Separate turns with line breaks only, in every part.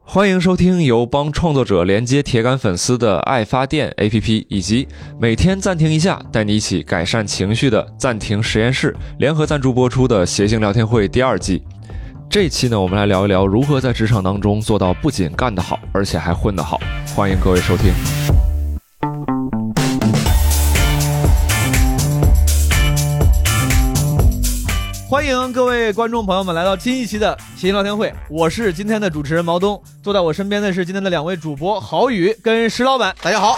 欢迎收听由帮创作者连接铁杆粉丝的爱发电 APP，以及每天暂停一下，带你一起改善情绪的暂停实验室联合赞助播出的《谐星聊天会》第二季。这期呢，我们来聊一聊如何在职场当中做到不仅干得好，而且还混得好。欢迎各位收听。
欢迎各位观众朋友们来到新一期的谐星聊天会，我是今天的主持人毛东，坐在我身边的是今天的两位主播郝宇跟石老板，大家好。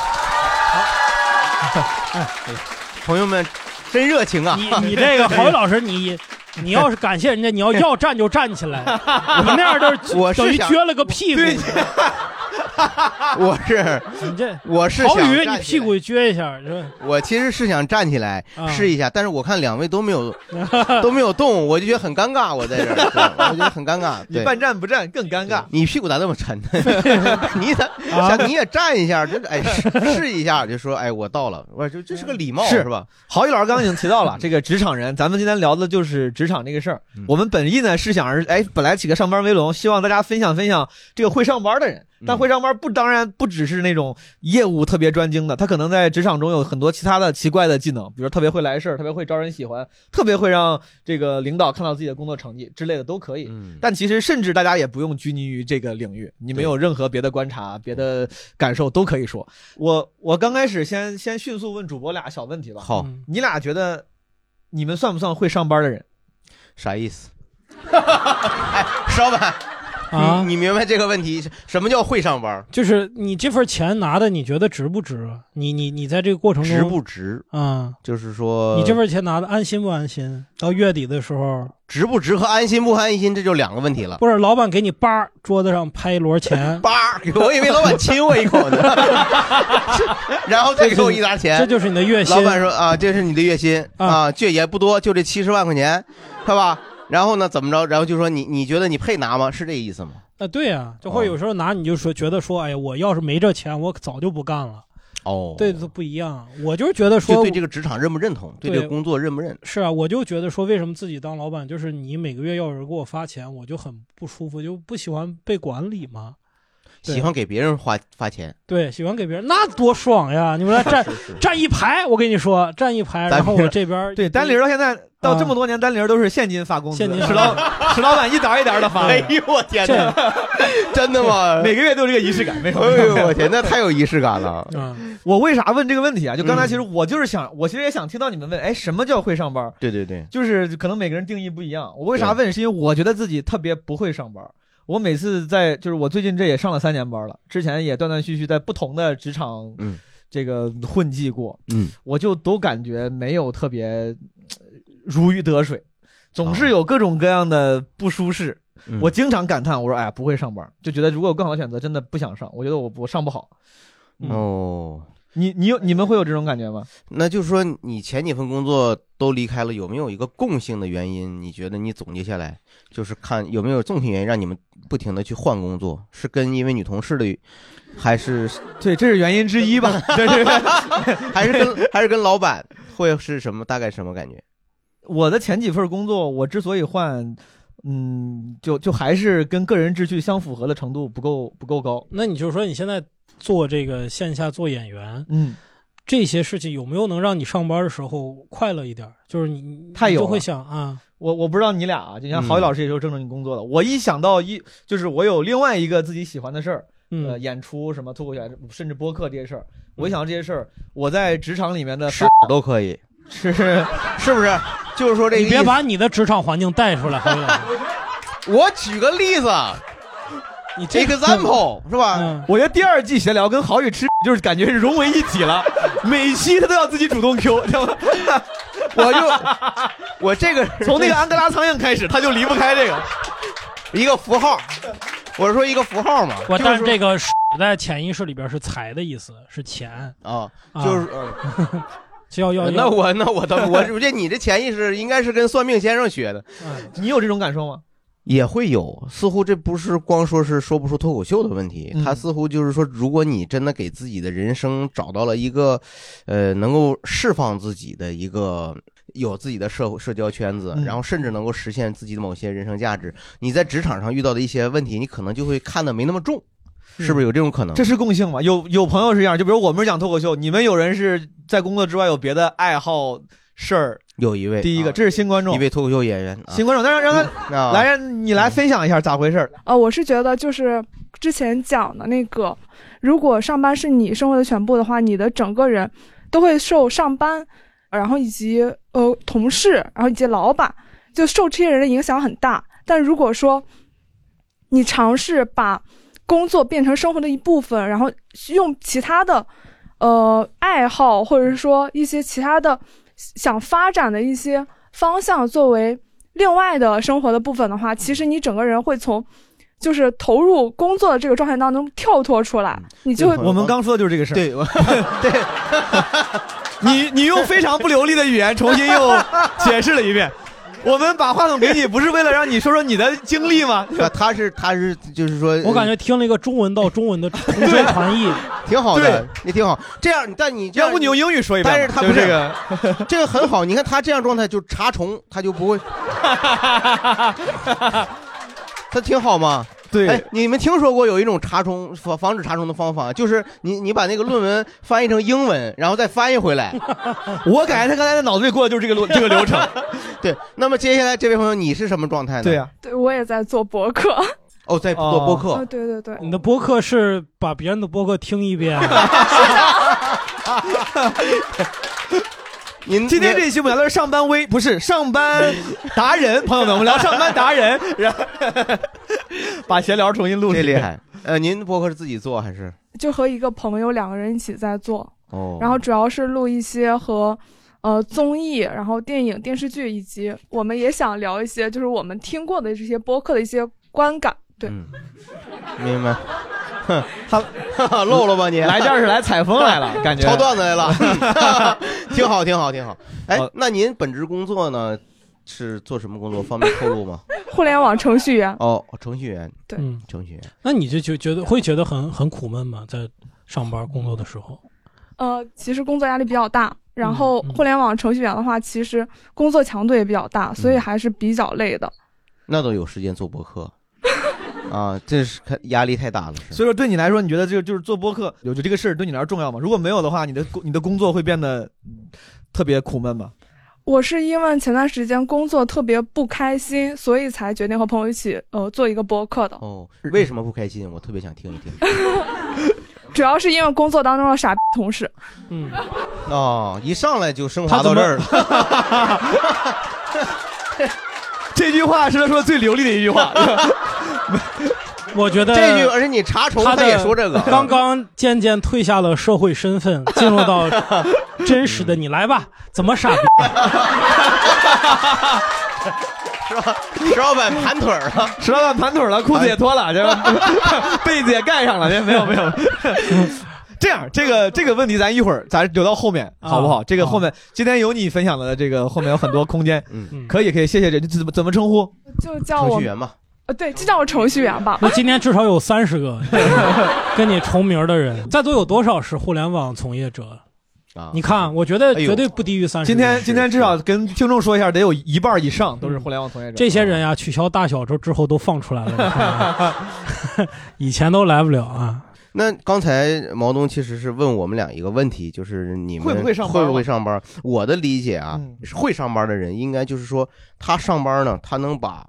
朋友们，真热情啊！
你你这个郝宇老师，你你要是感谢人家，你要要站就站起来，你那样就是
我是
等于
想
撅了个屁股。
我是
你这
我是
郝
想
宇，
站
你
起
屁股撅一下，是吧？
来，我其实是想站起来
啊
试一下，但是我看两位都没有 都没有动，我就觉得很尴尬，我在这儿，对我觉得很尴尬。
你
对，
半站不站更尴尬。
你屁股咋那 么沉？你咋
啊
想你也站一下？这哎试试一下就说哎我到了，我就这是个礼貌
是
是吧？
郝宇老师刚刚已经提到了这个职场人，咱们今天聊的就是职场这个事儿
嗯。
我们本意呢是想着，哎，本来几个上班为龙，希望大家分享分享这个会上班的人。但
嗯
会上班不当然不只是那种业务特别专精的，他可能在职场中有很多其他的奇怪的技能，比如特别会来事儿，特别会招人喜欢，特别会让这个领导看到自己的工作成绩之类的都可以。
嗯，
但其实，甚至大家也不用拘泥于这个领域，你没有任何别的观察、别的感受都可以说。我我刚开始先先迅速问主播俩小问题吧。
好
嗯
你俩觉得你们算不算会上班的人？
啥意思？ 哎，老板，
啊
你，你明白这个问题？什么叫会上班？
就是你这份钱拿的，你觉得值不值啊？你你你在这个过程中
值不值？
啊？
就是说
你这份钱拿的安心不安心？到月底的时候，
值不值和安心不安心，这就两个问题了。，
不是老板给你叭桌子上拍一摞钱
叭， 我以为老板亲我一口 呢，然后再给我一沓
这
钱。
就是你的月薪
老。板说啊，这是你的月薪
啊
啊，这也不多，就这七十万块钱，是吧？然后呢，怎么着？然后就说你你觉得你配拿吗？是这意思吗？
啊，对呀、就会有时候拿你就说觉得说，哎呀，我要是没这钱，我早就不干了。
哦
对，这不一样。我就是觉得
就
说，
对这个职场认不认同，对
对
这个工作认不认？
是啊，我就觉得说，为什么自己当老板，就是你每个月要有人给我发钱，我就很不舒服，就不喜欢被管理嘛。对
喜欢给别人花发钱，
对，喜欢给别人，那多爽呀！你们来站站一排，我跟你说，站一排，
咱
然后我这边嗯
对，单玲儿到现在到这么多年，单玲儿都是现金发工资，
现金
石老石老板一沓一沓的发，
哎呦我天
这
哪， 真的吗？
每个月都有这个仪 式感。没有
哎呦我天，那太有仪式感了。嗯
啊，
我为啥问这个问题啊？就刚才其实我就是想，我其实也想听到你们问，哎，什么叫会上班？
对对对，
就是可能每个人定义不一样。我为啥问？是因为我觉得自己特别不会上班。我每次在就是我最近这也上了三年班了，之前也断断续续在不同的职场，
嗯，
这个混迹过，
嗯，
我就都感觉没有特别呃如鱼得水，总是有各种各样的不舒适。
嗯
我经常感叹，我说哎呀不会上班，就觉得如果有更好的选择，真的不想上。我觉得我我上不好。
嗯
哦，
你你有你们会有这种感觉吗？
那就是说，你前几份工作都离开了，有没有一个共性的原因？你觉得你总结下来，就是看有没有纵性原因让你们不停的去换工作，是跟因为女同事的，还是
对，这是原因之一 吧。这是
还是跟还是跟老板，会是什么大概什么感觉？
我的前几份工作，我之所以换，嗯，就就还是跟个人志趣相符合的程度不够不够高。
那你就说你现在做这个线下做演员
嗯，
这些事情，有没有能让你上班的时候快乐一点？就是你你
太有
你就会
了
想啊，
我我不知道你俩啊，就像郝宇
嗯
老师也是有正经工作的。我一想到一就是我有另外一个自己喜欢的事儿，呃，
嗯，
演出什么脱口秀演出，甚至播客这些事儿，我一想到这些事儿，我在职场里面的
吃都可以，
是
是不 是？就是说这个
你
意
别
思。
把你的职场环境带出来，好吧？
我举个例子啊
你这个
，example 是吧？
嗯，
我觉得第二季闲聊跟郝宇吃 就是感觉是融为一体 了，每期他都要自己主动 Q，知道 吗？
我 就我这个
从那个安哥拉苍蝇开始，他就离不开 这个。
一个符号，我是说一个符号嘛
我
就是
但
说
这个在潜意识里边是财的意思，是钱，
啊，
啊
就是。呃
就要要
那
要
我那我的我我这你这潜意识应该是跟算命先生学的，
嗯
你有这种感受吗？
也会有。似乎这不是光说是说不出脱口秀的问题，
嗯
他似乎就是说，如果你真的给自己的人生找到了一个，呃，能够释放自己的一个有自己的社会社交圈子，
嗯
然后甚至能够实现自己的某些人生价值。你在职场上遇到的一些问题，你可能就会看得没那么重，
嗯
是不是有这种可能？
这是共性嘛？有有朋友是这样，就比如我们是讲脱口秀，你们有人是在工作之外有别的爱好事儿。
有一位
第一个，
啊
这是新观众
一，位脱口秀演员，啊
新观众，但是让他
那
来，让你来分享一下咋回事儿。
呃，我是觉得就是之前讲的那个，如果上班是你生活的全部的话，你的整个人都会受上班，然后以及呃同事，然后以及老板，就受这些人的影响很大。但如果说你尝试把工作变成生活的一部分，然后用其他的呃爱好，或者是说一些其他的想发展的一些方向作为另外的生活的部分的话，其实你整个人会从就是投入工作的这个状态当中跳脱出来，你就会
我们刚说的就是这个事儿。
对， 我
你你用非常不流利的语言重新又解释了一遍。我们把话筒给你，不是为了让你说说你的经历吗？
啊他是他是就是说，
我感觉听了一个中文到中文的
呃
同声传 译，
挺好的
对，
也挺好。这样，但你这样
要不你用英语说一遍吧？
但是他
就
不
这
是
个，
这个很好，你看他这样状态就查重，他就 不会，他挺好嘛。
对，
哎，你们听说过有一种查重防防止查重的方法，就是你你把那个论文翻译成英文，然后再翻译回来。
我感觉他刚才的脑子里过的就是这个路这个流程。
对，那么接下来这位朋友你是什么状态呢？
对呀、
对我也在做博客，
哦，在做播客，
啊，对对对，
你的播客是把别人的播客听一遍，啊
您
今哎天这一期我们聊的是上班微，不是上班达人，朋友们，我们聊上班达人，然后把闲聊重新录
您
出
这
来。
厉害。呃，您的播客是自己做还是？
就和一个朋友两个人一起在做，
哦，
然后主要是录一些和。呃，综艺，然后电影、电视剧，以及我们也想聊一些，就是我们听过的这些播客的一些观感。对，
嗯，明白。
他
哼，漏了吧你？
来这儿是来采风来 了，感觉
抄段子来了，挺好，挺好，挺好。哎
好，
那您本职工作呢？是做什么工作？方便透露吗？
互联网程序员，
哦，程序员，
对
嗯，
程序员。
那你就觉觉得会觉得很很苦闷吗？在上班工作的时候，
呃，其实工作压力比较大，然后
嗯嗯
互联网程序员的话，其实工作强度也比较大，所
嗯
以还是比较累的。
那都有时间做博客啊？这是看压力太大了，是吧
所以说，对你来说，你觉得这个就是做播客，有就这个事儿对你来说重要吗？如果没有的话，你的工你的工作会变得嗯特别苦闷吗？
我是因为前段时间工作特别不开心，所以才决定和朋友一起呃做一个播客的。
哦，为什么不开心？我特别想听一听。
主要是因为工作当中的傻逼同事，
嗯，
哦，一上来就升
他
华
怎
到
么
这儿了。
这句话是他说最流利的一句话。
我觉得
这句，而且你查重，
他的
他也说这个。啊
刚刚渐渐退下了社会身份，进入 到真实的你来吧，怎么傻逼？啊
石老板盘腿儿了，
石老板盘腿了，裤子也脱了，这 被子也盖上了，这没有没有。这样，这个这个问题咱一会儿咱留到后面
啊
好不好？这个后面今天有你分享的这个后面有很多空间，
嗯，
嗯
可以可以，谢谢这怎么怎么称呼？
就叫
程
我
序员嘛。
呃对，就叫我程序员吧。
那今天至少有三十 个跟你重名的人，在座有多少是互联网从业者？
啊，
你看，我觉得
哎呦
绝对不低于三十。
今
嗯
天今天至少跟听众说一下，得有一半以上都是互联网从业者。
这些
啊
人呀，取消大小周之后都放出来了，你看 啊 以前都来不了啊。
那刚才毛东其实是问我们俩一个问题，就是你们
会不会上班啊
会不会上班？我的理解啊，
嗯
是会上班的人应该就是说，他上班呢，他能把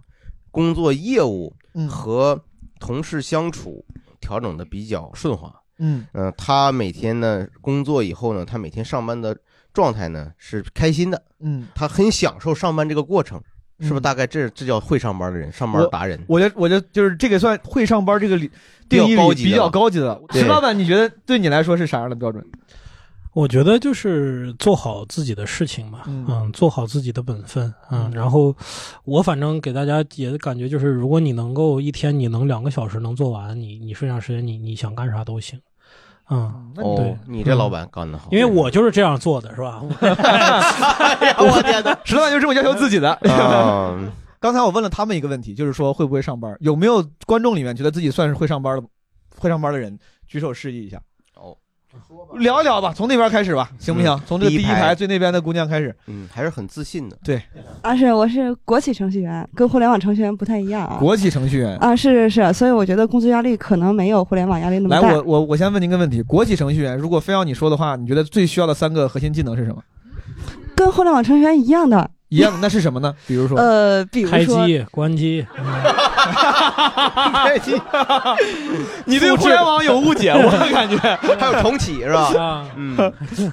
工作业务
嗯
和同事相处调整的比较顺滑。
嗯
嗯、他每天呢工作以后呢，他每天上班的状态呢是开心的，
嗯，
他很享受上班这个过程，是不是？
嗯
大概这这叫会上班的人，上班达人。
我觉得，我觉得就是这个算会上班这个里
比
定
较
义
高
里
级
比
的
较
了
高级的。
对
石老板，你觉得对你来说是啥样的标准？
我觉得就是做好自己的事情嘛，
嗯
嗯，做好自己的本分，嗯，
嗯
然后我反正给大家也感觉就是，如果你能够一天你能两个小时能做完，你你剩下时间你你想干啥都行，嗯，
那你
哦
对，嗯
你这老板干得好，
因为我就是这样做的，是吧？
哎呀，我天哪！
石老板就这么要求自己的。
啊
刚才我问了他们一个问题，就是说会不会上班？有没有观众里面觉得自己算是会上班的，会上班的人？举手示意一下。
哦，
聊一聊吧，从那边开始吧，行不行
嗯？
从这个
第
第
一
一
排
排最那边的姑娘开始，
嗯，还是很自信的。
对，
啊，是我是国企程序员，跟互联网程序员不太一样啊。
国企程序员。
啊，是是是，所以我觉得工作压力可能没有互联网压力那么
来，
大。
我我我先问您个问题：国企程序员，如果非要你说的话，你觉得最需要的三个核心技能是什么？
跟互联网程序员一样的，
一样的，那是什么呢？比如说，
呃，比如
开
说，
机、关机，
开机哦
你对互联网有误解， 我感觉。
还有重启是吧？
啊，
嗯，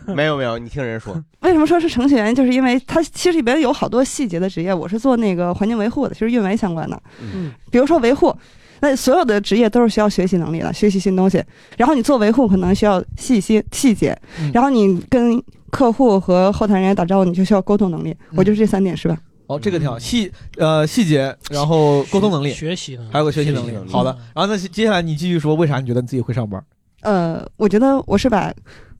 没有没有，你听人说，
为什么说是程序员？就是因为它其实里边有好多细节的职业，我是做那个环境维护的，就是运维相关的。
嗯，
比如说维护，那所有的职业都是需要学习能力的，学习新东西。然后你做维护可能需要细心细节
嗯，
然后你跟客户和后台人员打招呼，你就需要沟通能力。我就是这三点是吧？
哦，这个挺好，细呃细节，然后沟通能力，
嗯学习能力嗯
还有个学习能
学习能
力。
力
好的，然后那接下来你继续说，为啥你觉得你自己会上班？
呃，我觉得我是把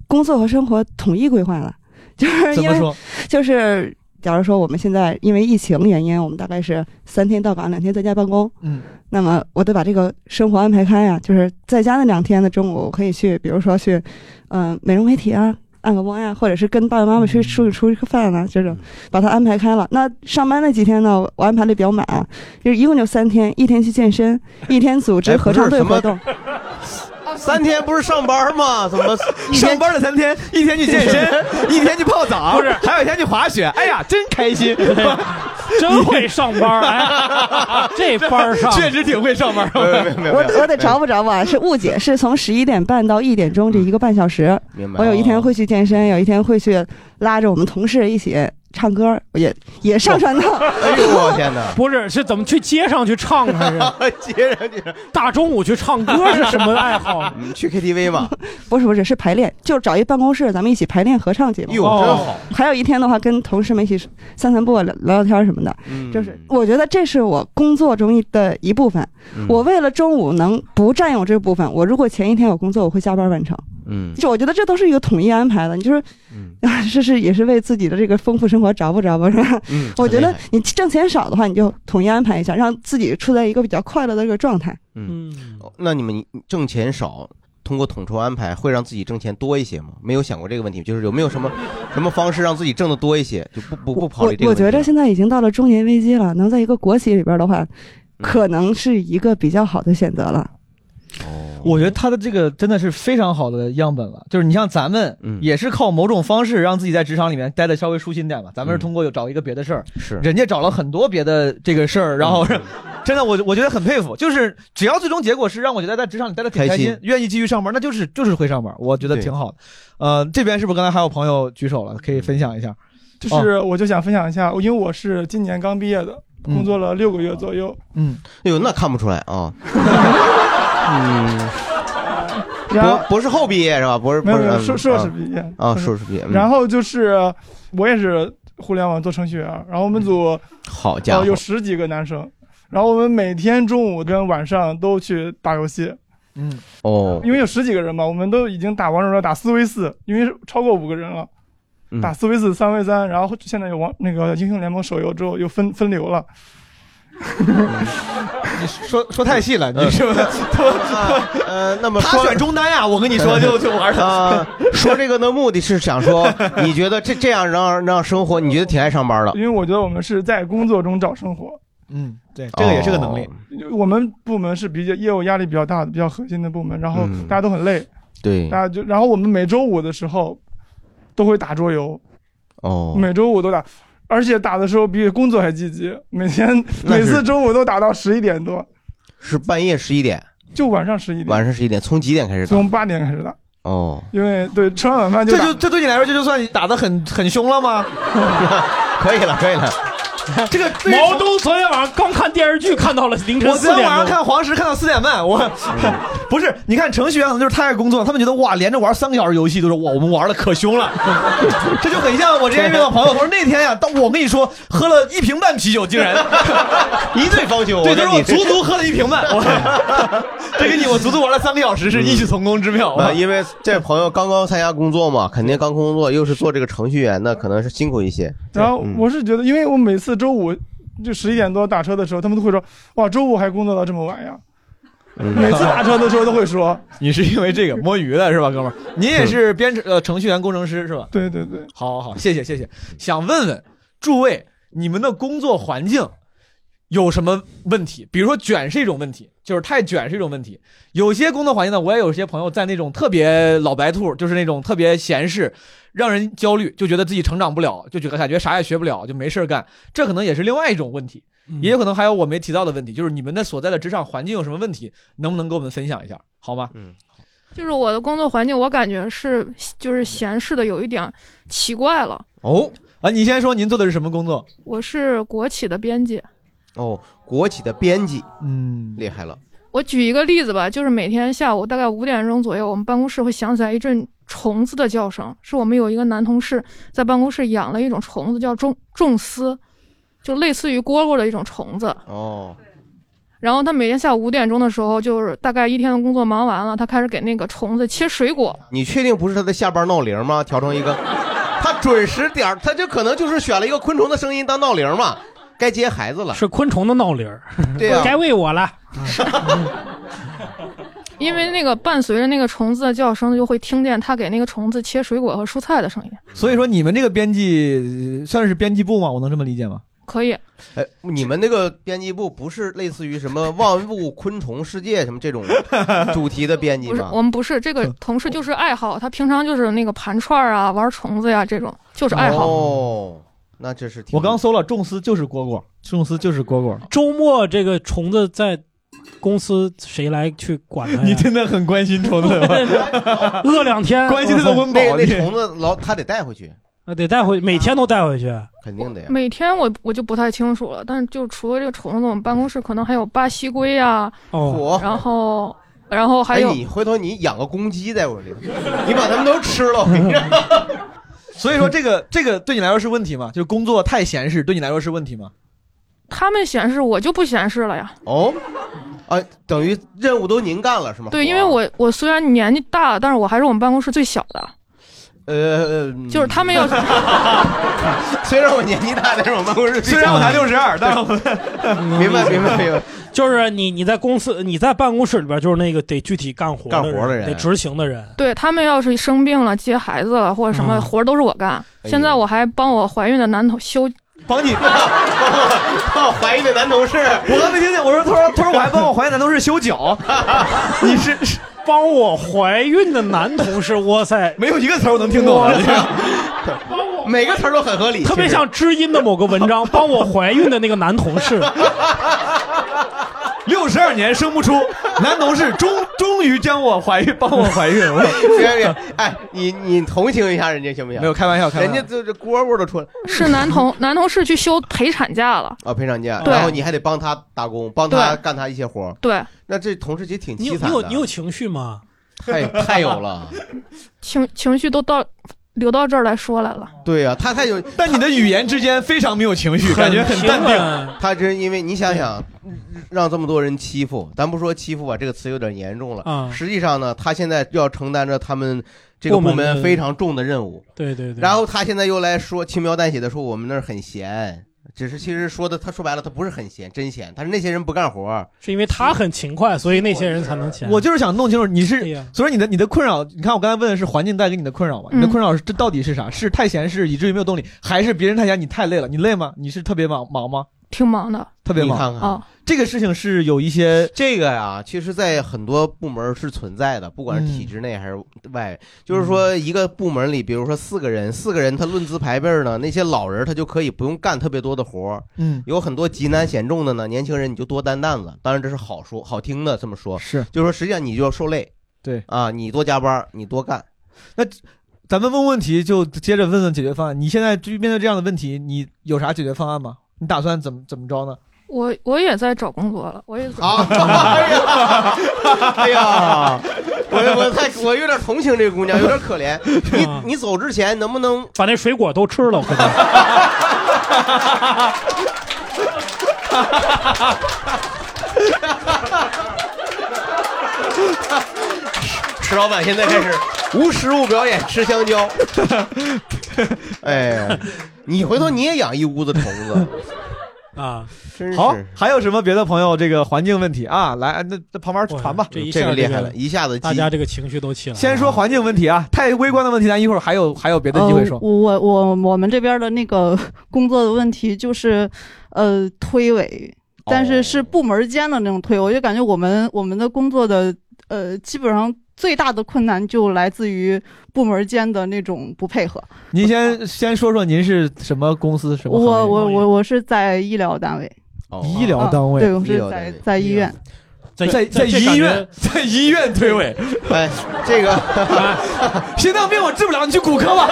工作和生活统一规划了， 就是
怎
因
么
为
说？
就是假如说我们现在因为疫情原因，我们大概是三天到岗，两天在家办公。
嗯，
那么我得把这个生活安排开啊，就是在家那两天的中午，我可以去，比如说去，嗯、美容美体啊，按个摩呀、或者是跟爸爸妈妈去出去吃个饭
嗯
啊，这种把它安排开了。那上班那几天呢，我安排的比较满，就是一共就三天，一天去健身，一天组织
哎
合
不是
唱队
什么
活动，
三天不是上班吗？怎么 一
上
天
班的三天，一天去健 身，一天去泡澡，不是，还有一天去滑雪。哎呀，真开心，
真会上班儿， 哎，这班儿上
确实挺会上班。
没有没有没有
我
没有，
我得找不着吧？是误解，是从十一点半到一点钟这一个半小时，
嗯明白。哦
我有一天会去健身，有一天会去拉着我们同事一起唱歌，也也上传到
哎呦我天哪！
不是是怎么去街上去唱还是
接着接着，
大中午去唱歌是什么 爱好？
你嗯去 KTV 嘛？
不是不是，是排练，就是找一办公室，咱们一起排练合唱节目。
哟，真好，
还有一天的话，跟同事们一起散散步、啊聊聊聊天什么的。
嗯
就是我觉得这是我工作中的一部分。
嗯
我为了中午能不占用这部分，我如果前一天有工作，我会加班完成。
嗯
就我觉得这都是一个统一安排的。你就是
嗯
是是也是为自己的这个丰富生活着不着吧？是吧？
嗯，
我觉
很
得
厉害
你挣钱少的话，你就统一安排一下，让自己处在一个比较快乐的这个状态。
嗯，
嗯，
那你们挣钱少。通过统筹安排，会让自己挣钱多一些吗？没有想过这个问题，就是有没有什么什么方式让自己挣得多一些，就不不不考虑这个啊
我我
问题
觉
了。
得现在已经到了中年危机了，能在一个国企里边的
嗯
话，可能是一个比较好的选择 了。
哦
我觉得他的这个真的是非常好的样本了，就是你像咱们
嗯
也是靠某种方式让自己在职场里面待的稍微舒心点嘛，咱们是
嗯
通过有找一个别的事儿，
是嗯
人家找了很多别的这个事儿，然后 真的我我觉得很佩服，就是只要最终结果是让我觉得在职场里待的挺开
开
心
心，
愿意继续上班，那就是就是会上班，我觉得
对
挺好的。呃，这边是不是刚才还有朋友举手了，可以分享一下？哦
就是我就想分享一下，因为我是今年刚毕业的，
嗯
工作了六个月左右。
嗯，
哎呦，那看不出来啊。
嗯然后
博博士后毕业是吧？博士
没有
博
没
士
有
嗯
硕硕士
啊
毕业
啊，硕士毕业。嗯
然后就是我也是互联网做程序员，然后我们组
嗯好家
呃
伙
有，十几个男生，然后我们每天中午跟晚上都去打游戏，
嗯，
哦，
因为有十几个人嘛，我们都已经打王者荣耀打四 v 四，因为超过五个人了
嗯。
打四 v 四、三 v 三，然后现在有王那个英雄联盟手游之后又分分流了，
你说说太细了，你是 不是？
嗯啊呃，那么
他
说
选中单呀，我跟你 说就就玩他。
啊，说这个的目的是想说，你觉得这这样让让生活，你觉得挺爱上班的
因。为我觉得我们是在工作中找生活。
嗯，对，这个也是个能力
哦。，
我们部门是比较业务压力比较大的、比较核心的部门，然后
嗯
大家都很累，
对
大，家就然后我们每周五的时候都会打桌游，
哦，
每周五都打，而且打的时候比工作还积极，每天
那
每
是
次中午都打到十一点多，
是半夜十一点，
就晚上十一点，
晚上十一点，从几点开始打？
从八点开始打，
哦，
因为对吃完晚饭就
这
打
就。这对你来说，这就算你打的很很凶了吗？
可以了，可以了。
这个对于
毛东昨天晚上刚看电视剧，看到了凌晨
我
四
昨天
点
晚上
钟。
看黄石看到四点半，我 不是你看程序员可能就是太爱工作了，他们觉得哇连着玩三个小时游戏都是哇我们玩的可凶了， 这就很像我之前遇到朋友，他说那天呀，当我跟你说喝了一瓶半啤酒，竟然一醉方 休，对，就
我跟
是
你
我足足喝了一瓶半，我 这跟你我足足玩了三个小时是异曲同工之妙
啊，
啊。
因为这朋友刚刚参加工作嘛，肯定刚工作，又是做这个程序员的，可能是辛苦一些。
然后
嗯
我是觉得，因为我每次周五就十一点多打车的时候，他们都会说：“哇，周五还工作到这么晚呀？”
嗯
每次打车的时候都会说。
你是因为这个摸鱼的是吧， 哥们儿？您也是编程呃程序员工程师是吧？
对对对，
好，好，好，谢谢，谢谢。想问问诸位，你们的工作环境有什么问题？比如说卷是一种问题，就是太卷是一种问题。有些工作环境呢，我也有些朋友在那种特别老白兔，就是那种特别闲适，让人焦虑，就觉得自己成长不了，就觉得感觉啥也学不了，就没事儿干。这可能也是另外一种问题，也有可能还有我没提到的问题，就是你们的所在的职场环境有什么问题，能不能给我们分享一下，好吗？
嗯，
就是我的工作环境，我感觉是就是闲适的有一点奇怪了。
哦，啊，你先说您做的是什么工作？
我是国企的编辑，
哦，国企的编辑
嗯，
厉害了，
我举一个例子吧，就是每天下午大概五点钟左右，我们办公室会响起来一阵虫子的叫声，是我们有一个男同事在办公室养了一种虫子，叫重重丝，就类似于蝈蝈的一种虫子。
哦，
然后他每天下午五点钟的时候，就是大概一天的工作忙完了，他开始给那个虫子切水果。
你确定不是他的下班闹铃吗？调成一 个，他准时点儿，他就可能就是选了一个昆虫的声音当闹铃嘛，该接孩子了，
是昆虫的闹铃儿，
对呀、
该喂我了。
因为那个伴随着那个虫子的叫声，就会听见他给那个虫子切水果和蔬菜的声音。
所以说你们这个编辑呃算是编辑部吗？我能这么理解吗？
可以，
哎，你们那个编辑部不是类似于什么万物昆虫世界什么 这种主题的编辑
不是
吗？
我们不是这个同事就是爱好，他平常就是那个盘串儿啊、玩虫子呀、这种，就是爱好。
哦，那这是挺
我刚搜了，重丝就是蝈蝈，重丝就是蝈蝈。
周末这个虫子在公司谁来去管它呀？
你真的很关心虫子吗？
饿两天，
关心它的温饱
那那
你
虫子老他得带回去，
啊得带回，每天都带回去。
肯定的呀。
每天我我就不太清楚了，但是就除了这个虫子，我们办公室可能还有巴西龟呀、
哦，
火，
然后然后还
哎，
有、
你回头你养个公鸡在我里头，你把它们都吃了，我跟你说
所以说这个这个对你来说是问题吗？就是工作太闲适，对你来说是问题吗？
他们显示我就不显示了呀。
哦，啊，等于任务都您干了是吗？
对，因为我我虽然年纪大了，但是我还是我们办公室最小的，
呃，
就是他 们要。
虽然我年纪 大，但是我办公室
虽然我才六十二，但是 我
明白明白明白，
嗯就是你你在公司你在办公室里边就是那个得具体干活
干活的
的
人
得执行的人。
对他们要是生病了、接孩子了或者什么
嗯
活儿都是我干。
哎呦
现在我还帮我怀孕的男同休，
帮 你。
我怀孕的男同事，
我刚没听见，我说他说他说我还帮我怀孕男同事修脚， 你是
帮我怀孕的男同事，哇塞，
没有一个词儿我能听懂啊的。
每个词儿都很合理，
特别
其实
像知音的某个文 章，帮我怀孕的那个男同事，
六十二年生不出，男同事终终于将我怀孕，帮我怀孕了。
别别，哎，你你同情一下人家行不行？
没有开玩笑，开玩
人
笑
家。这这蝈蝈都出来
是男 同男同事去休陪产假了。
啊，赔偿假，
对
然后你还得帮他打工，帮他干他一些活儿
对，
那这同事其实挺
你有
凄
你
惨
有
的，
你有情绪吗？
太太有了，
情情绪都到流到这儿来说来了。
对呀、他太有，
但你的语言之间非常没有情绪，感觉很淡定。
定。
他真因为你想想，让这么多人欺负，咱不说欺负吧，这个词有点严重了。
啊
实际上呢，他现在要承担着他们这个部
部门
门
的
非常重的任务，
对对对。
然后他现在又来说轻描淡写的说我们那儿很闲，只是其实说的他说白了他不是很闲，真闲，但是那些人不干活儿，
是因为他很勤快，所以那些人才能钱。
我就是想弄清楚你
对
是，
呀，
所以你的你的困扰，你看我刚才问的是环境带给你的困扰吧？
嗯
你的困扰是这到底是啥？是太闲是以至于没有动力，还是别人太闲你太累了？你累吗？你是特别忙忙吗？
挺忙的
特别
你
忙。
看看。
啊，
这个事情是有一些
这个呀、其实，在很多部门是存在的，不管
嗯
是体制内还是外，就是说一个部门里，比如说四个人，四个人他论资排辈儿呢，那些老人他就可以不用干特别多的活儿，
嗯
有很多极难险重的呢，年轻人你就多担担子。当然这是好说好听的这么说，
是。
就是说实际上你就要受累，
对
啊，你多加班儿，你多 干，
咱们问问题就接着问问解决方案。你现在就面对这样的问题，你有啥解决方案吗？你打算怎么怎么着 呢？
我我也在找工作了，我也在
啊！哎呀，哎 呀，我我太我有点同情这个姑娘，有点可 怜。你你走之前能不能
把那水果都吃了，我跟你 说
石老板现在开始无实物表演吃香 蕉。 哎呀，你回头你也养一屋子虫子，
啊，
真
好
是，
还有什么别的朋友这个环境问题啊？来，那那旁边传吧。
这一
这
下
个
这
厉害了，，一下子
大
激
家这个情绪都起来了。
先说环境问题啊，太微观的问题，咱一会儿还有还有别的机会说。
呃、我我我们这边的那个 工作的问题就是，呃，推诿，但是
哦
是部门间的那种推诿。我就感觉我们我们的工作的呃，基本上最大的困难就来自于部门间的那种不配合。
您先先说说您是什么公司什么
我
行业
我我我是在医疗单位，啊
哦
医疗单位，
对，我
医
是
疗单
在
位
在医院。
在
在在医院，在医院推诿，
哎，这个
心脏病我治不了，你去骨科吧。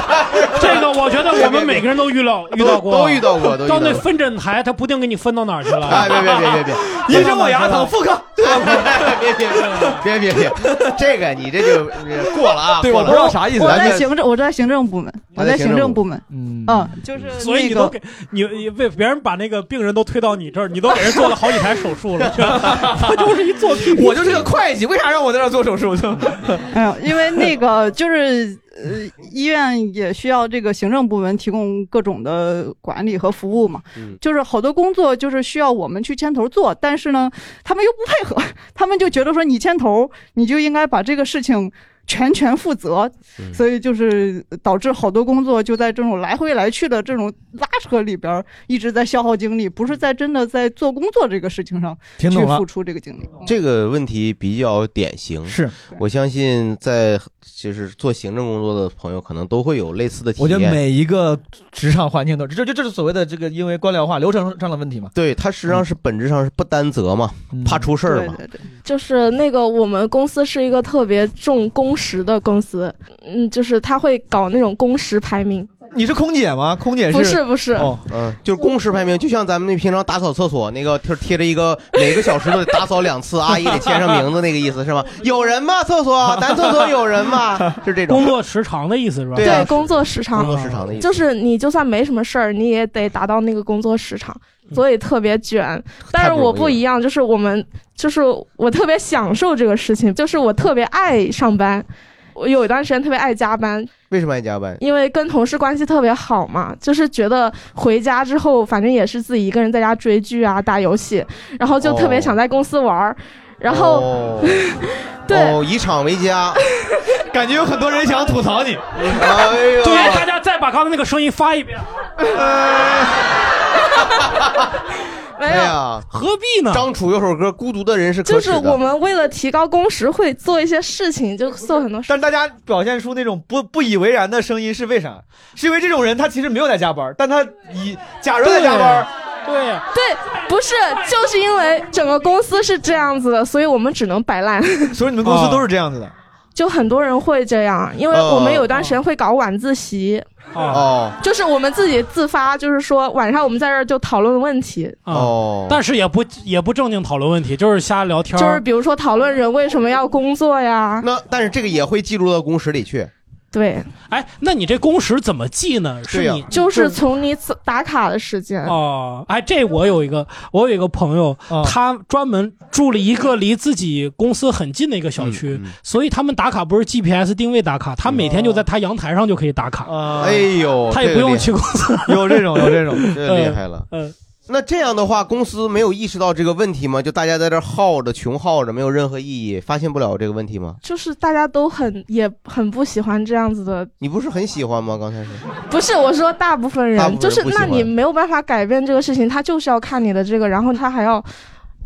这个，我觉得 我们每个人都遇到哦遇到过，
都遇到过，都遇
到
到
那
过。
分诊台，他不定给你分到哪儿去
哎，
了。
别别别别别
医生我牙疼，妇科。
哎别别别别别，这个你这就过了啊，
对，我
过
不知
了。
道啥意思
我。
咱
在
这
行政，我在行政部门，
他
我
在
在
行
行
政
政
部
部门，
嗯
嗯，就是
所以
那
你都
个
给你你为别人把那个病人都推到你这儿，你都给人做了好几台手术 了，他就是一做 P
我就是个会哎计，为啥让我在这儿做手术？
哎呦，因为 那个就是呃，医院也需要这个行政部门提供各种的管理和服务嘛。
嗯
就是好多工作就是需要我们去牵头做，但是呢，他们又不配合，他们就觉得说你牵头，你就应该把这个事情。全权负责，
嗯
所以就是导致好多工作就在这种来回来去的这种拉扯里边儿，一直在消耗精力，不是在真的在做工作这个事情上
嗯听
去
懂了
付，出这个精力。嗯
这个问题比较典型，
是
我相信在就是做行政工作的朋友，可能都会有类似的 体
我觉得
验。
每一个职场环境都，这这这是所谓的这个因为官僚化流程上的问题嘛，
对，它实
嗯
际上是本质上是不担责嘛，
嗯
怕出事儿
对
嘛。
对对，
就是那个我们公司是一个特别重工时的公司，嗯，就是他会搞那种工时排名，
你是空姐吗？空姐
不是不是，
哦，
嗯，就是工时排名，就像咱们那平常打扫厕所那个贴贴着一个每个小时都得打扫两次，阿姨得签上名字那个意思 是吗？有人吗？厕 所男厕所有人吗？是这
工
种
作时长的意思是吧？
啊对
对
啊
工作时
工
长，
作时长的意思，
就是你就算没什么事儿，你也得达到那个工作时长，所以特别卷。但是我不一
样。
样，就是我们就是我特别享受这个事情，就是我特别爱上班。我有一段时间特别爱加班，
为什么爱加班？
因为跟同事关系特别好嘛，就是觉得回家之后，反正也是自己一个人在家追剧啊、打游戏，然后就特
哦
别想在公司玩儿。然后、
哦
对
哦，以厂为家。
感觉有很多人想吐槽你，
哎呦，
对，啊大家再把刚才那个声音发一遍，
哦
没
哎
有，
呀，
何必呢？
张楚有首歌《孤独的人是可
就
耻
是
的》，
我们为了提高工时会做一些事情，就做很多事。
但大家表现出那种不不以为然的声音是为啥？是因为这种人他其实没有在加班，但他以假如在加班，
对，
对，不是，就是因为整个公司是这样子的，所以我们只能摆烂。
所以你们公司都是哦这样子的。
就很多人会这样，因为我们有段时间会搞晚自习，
啊
哦
就是我们自己自发，就是说晚上我们在这儿就讨论问题，
啊，
哦，
但是也不也不正经讨论问题，就是瞎聊天
就是
儿。
比如说讨论人为什么要工作呀，
那嗯但是这个也会记录到工时里去。
对，
哎，那你这工时怎么记呢？
对
是
呀
你
就是从你此打卡的时间，
哦，哎，这我有一个，我有一个朋友，
啊
他专门住了一个离自己公司很近的一个小区，
嗯嗯
所以他们打卡不是 GPS 定位打卡，他每天就在他阳台上就可以打卡，
啊
哎，呦，
他也
这
不
个
用
厉害，
去公司。
有这种 有这种，
这个厉害了。
嗯，
那这样的话，公司没有意识到这个问题吗？就大家在这儿耗着、穷耗着，没有任何意义，发现不了这个问题吗？
就是大家都很也很不喜欢这样子的，
你不是很喜欢吗？刚才是
不是我说大部分人，
大部分人
就是
不喜
那
欢
你没有办法改变这个事情，他就是要看你的这个，然后他还要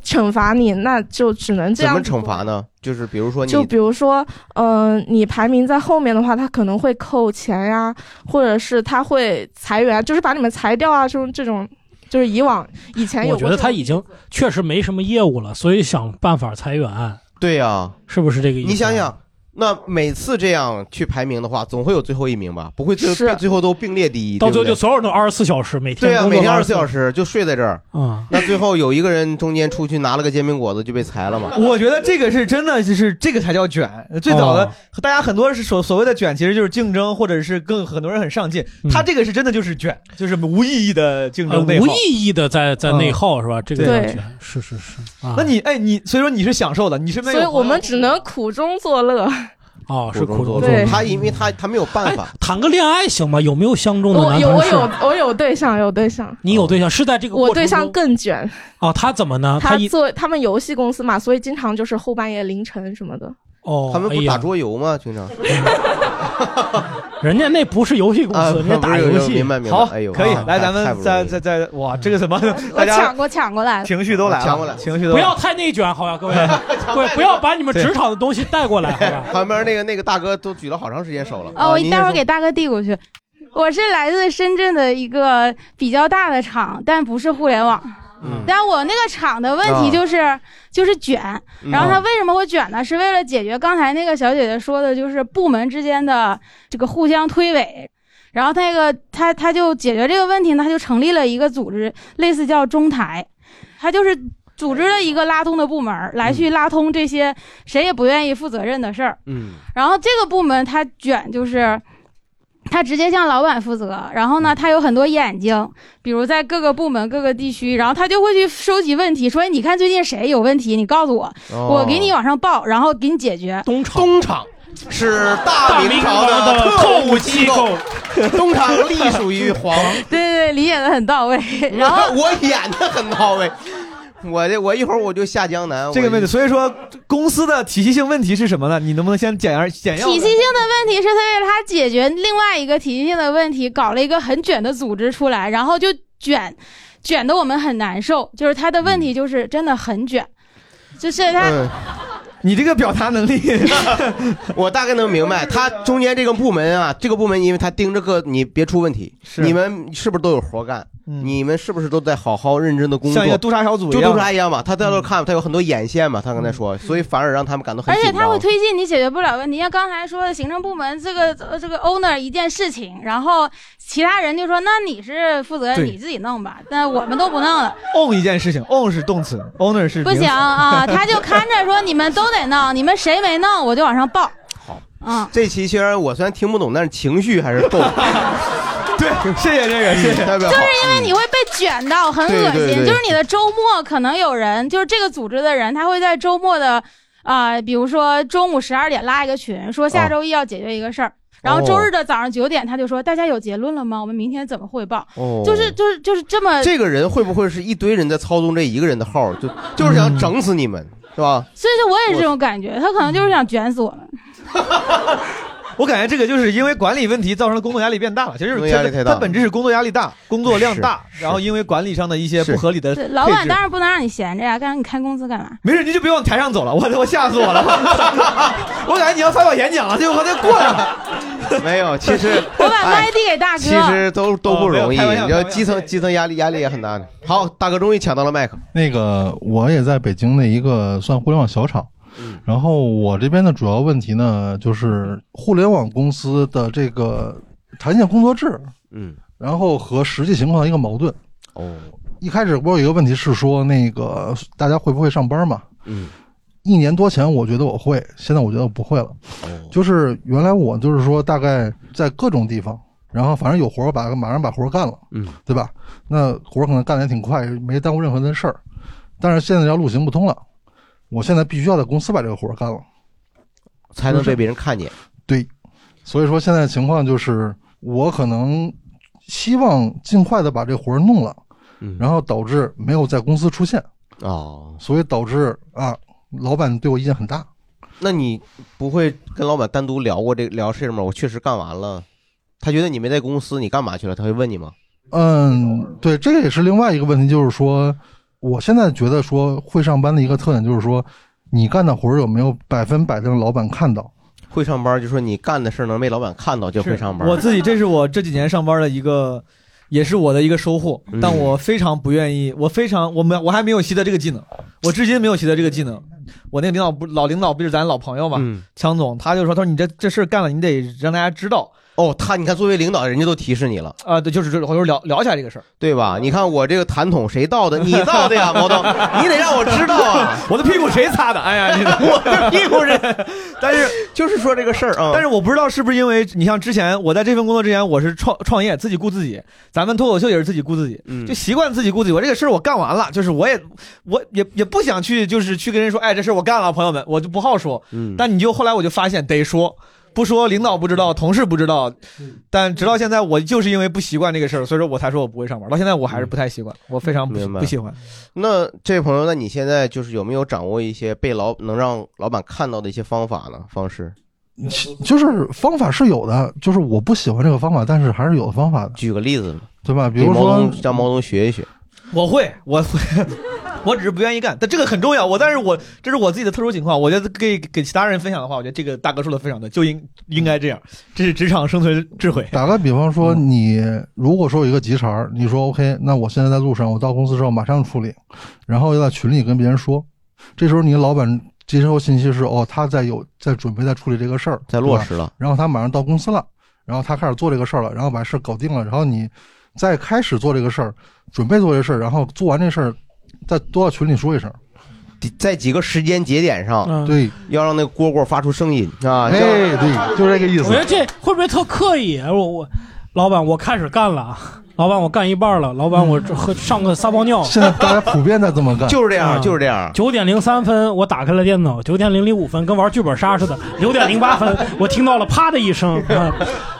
惩罚你，那就只能这
怎
样
么
子
惩
做
罚呢？就是比如说你
就比如说，嗯、你排名在后面的话，他可能会扣钱呀、或者是他会裁员，就是把你们裁掉啊，这种这种，就是以往以前有过
我觉
这
得
种
他已经确实没什么业务了，所以想办法裁员，
对呀、
是不是这个意思？
啊
啊
你想，想，那每次这样去排名的话，总会有最后一名吧？不会最
是
最后都并列第一，
到最后
对
就
不
所有人都二十四小时，每
对对
天
呀、
工
每
作
天二十四
时
小时就睡在这儿。
啊。
那最后有一个人中间出去拿了个煎饼果子就被裁了嘛？
我觉得这个是真的，就是这个才叫卷。最早的、大家很多是所所谓的卷，其实就是竞争，或者是更很多人很上进。
嗯
他这个是真的就是卷，就是无意义的竞
呃
争内
无
耗。
意义的在在
嗯
内耗是吧？这个
对
要卷是是是啊。
那你哎，你所以说你是享受的，你身边
所以
有朋友
我们只能苦中作乐。
哦，是苦
中
中
作
作
他因为他他没有办法，
哎谈个恋爱行吗？有没有相中的
我
男
有
同
我
事？
有我有对象，有对象。
你有对象是在这个
我
过程
对象
中
更卷，
哦，他怎么呢？
他
一
做他们游戏公司嘛，所以经常就是后半夜凌晨什么的。
哦，
他们
哎
不
呀
打桌游吗？平常
人家那不是游戏公
啊
司，人家打
不是
游
游
戏。
明白明白
好，
哎呦
哦可以
啊，
来
太
咱
太
们
不
再
容易
再再，哇，这个什么，大
嗯我
家
抢过抢过来了，
情绪都来了，
抢过来
情绪都
不
来了
要太内卷，好吧， 各位，各位不要把你们职场的东西带过来，好吧？
旁边那个那个大哥都举了好长时间手了。
哦，我
您
待会儿
先
给大哥递过去。我是来自深圳的一个比较大的厂，但不是互联网。
嗯
但我那个厂的问题就是、就是卷，
啊嗯
然后它为什么会卷呢？是为了解决刚才那个小姐姐说的，就是部门之间的这个互相推诿。然后那个他他就解决这个问题呢，他就成立了一个组织，类似叫中台，他就是组织了一个拉通的部门儿来去拉通这些谁也不愿意负责任的事儿。
嗯
然后这个部门它卷就是。他直接向老板负责，然后
嗯
呢，他有很多眼睛，比如在各个部门、各个地区，然后他就会去收集问题，说哎你看最近谁有问题，你告诉我，
哦
我给你往上报，然后给你解决。
东厂
东厂是大
大
明
明
朝
王的
特
特务
机
机构，
东厂隶属于皇。
对对对，理解的很到位。 然后
我演的很到位，我这我一会儿我就下江南。
这个
我
问题。所以说，公司的体系性问题是什么呢？你能不能先简要简要
体系性的问题是他为了他解决另外一个体系性的问题，搞了一个很卷的组织出来，然后就卷，卷的我们很难受。就是他的问题就是真的很卷，就是他、
嗯，
你这个表达能力，
我大概能明白，他中间这个部门啊，这个部门因为他盯着个你别出问题，你们是不是都有活干？
嗯
你们是不是都在好好认真的工作
像一？个督察小组一
就
样，嗯
督察一样嘛，他在那看，他有很多眼线嘛，他刚才说，所以反而让他们感到很
而
紧
且
张。
他会推进你解决不了问题，像刚才说的行政部门这个呃这个 owner 一件事情，然后其他人就说那你是负责人，
对
你自己弄吧，但我们都不弄 了，
own 一件事情，own 是动词，owner 是
不
名词
行 啊，他就看着说你们都得弄，你们谁没弄我就往上报。
好，
嗯，
这期虽然我虽然听不懂，但是情绪还是够。 嗯
对，谢谢这个，谢谢。
代表
就
好
是因为你会被卷到很恶心，
对对对
就是你的周末可能有人，就是这个组织的人，他会在周末的啊、呃比如说中午十二点拉一个群，说下周一要解决一个事儿。
哦
然后周日的早上九点，他就说：“大家有结论了吗？我们明天怎么汇报？”
哦
就是就是就是这么，
嗯这个人会不会是一堆人在操纵这一个人的号，就就是想整死你
嗯
们，是吧？
所以说我也是这种感觉，他可能就是想卷死我们。
我感觉这个就是因为管理问题造成的工作压力变大了，其实
工作压力太大
它本质是工作压力大，工作量大，
是是
然后因为管理上的一些不合理的配
对，
置，
老板当然不能让你闲着呀，让你开工资干嘛？
没事，您就别往台上走了，我我吓死我了， 我感觉你要发表演讲了，这我得过来了。
没有，其实
我把
哎
麦递给大哥。
其实都都不容
哦没有
易，
开玩笑
你知道
开玩笑
基层基层压力压力也很大的。好，大哥终于抢到了麦克，
那个我也在北京的一个算互联网小厂，然后我这边的主要问题呢，就是互联网公司的这个弹性工作制，
嗯，
然后和实际情况的一个矛盾。
哦，
一开始不是有一个问题是说那个大家会不会上班嘛？
嗯，
一年多前我觉得我会，现在我觉得我不会了。
哦
就是原来我就是说大概在各种地方，然后反正有活儿把马上把活儿干了，
嗯，
对吧？那活儿可能干得也挺快，没耽误任何的事儿。但是现在这条路行不通了，我现在必须要在公司把这个活儿干了。
才能被别人看见。
对，所以说现在情况就是，我可能希望尽快的把这活儿弄了，
嗯
然后导致没有在公司出现，
哦，
所以导致啊，老板对我意见很大。
那你不会跟老板单独聊过这聊事吗？我确实干完了，他觉得你没在公司，你干嘛去了？他会问你吗？
嗯，对，这个也是另外一个问题，就是说，我现在觉得说会上班的一个特点就是说，你干的活儿有没有百分百的让老板看到？
会上班就说你干的事儿能被老板看到就会上班。
我自己这是我这几年上班的一个，也是我的一个收获
嗯，
但我非常不愿意，我非常我没我还没有习得这个技能，我至今没有习得这个技能。我那个领导不老领导不是咱老朋友嘛，
嗯
强总，他就说，他说你这这事儿干了，你得让大家知道。
哦，他你看，作为领导，人家都提示你了
啊，对，就是这回头聊聊一下这个事儿，
对吧？你看我这个痰桶谁倒的？你倒的呀，毛东，你得让我知道啊！
我的屁股谁擦的？ 哎呀，你
我的屁股是，但是就是说这个事儿啊，
但是我不知道是不是因为你像之前我在这份工作之前，我是创创业自己雇自己，咱们脱口秀也是自己雇自己，
嗯
就习惯自己雇自己。我这个事儿我干完了，就是我也我也也不想去，就是去跟人说，哎，这事儿我干了，朋友们，我就不好说。
嗯
但你就后来我就发现得说。不说，领导不知道，同事不知道，
嗯
但直到现在，我就是因为不习惯这个事儿，所以说我才说我不会上班。到现在我还是不太习惯，我非常不喜
明白
不喜欢。
那这位朋友，那你现在就是有没有掌握一些被老能让老板看到的一些方法呢？方式？
就是方法是有的，就是我不喜欢这个方法，但是还是有的方法的，
举个例子吧，
对吧？比如
给毛
说
东，让毛东学一学。
我会，我会，我只是不愿意干，但这个很重要。我，但是我这是我自己的特殊情况，我觉得给给其他人分享的话，我觉得这个大哥说的非常对，就应应该这样，这是职场生存智慧。
打个比方说，
嗯
你如果说有一个急茬儿，你说 OK，那我现在在路上，我到公司之后马上处理，然后又在群里跟别人说，这时候你的老板接收信息是哦，他在有在准备在处理这个事儿，
在落实了
对吧然后他马上到公司了，然后他开始做这个事儿了，然后把事儿搞定了，然后你再开始做这个事儿，准备做这个事儿，然后做完这事儿，再都到群里说一声。
在几个时间节点上，
嗯对，
要让那个蝈蝈发出声音啊！
哎对就是这个意
我觉得这会不会特刻意？我我，老板，我开始干了，啊老板，我干一半了，老板，我这喝上个撒泡尿。
现在
啊
大家普遍在这么干，
哦
嗯
就是这样，就是这样。
嗯九点零三分，我打开了电脑，九点零零五分，跟玩剧本杀似的。九点零八分， 我听到了啪的一声，啊，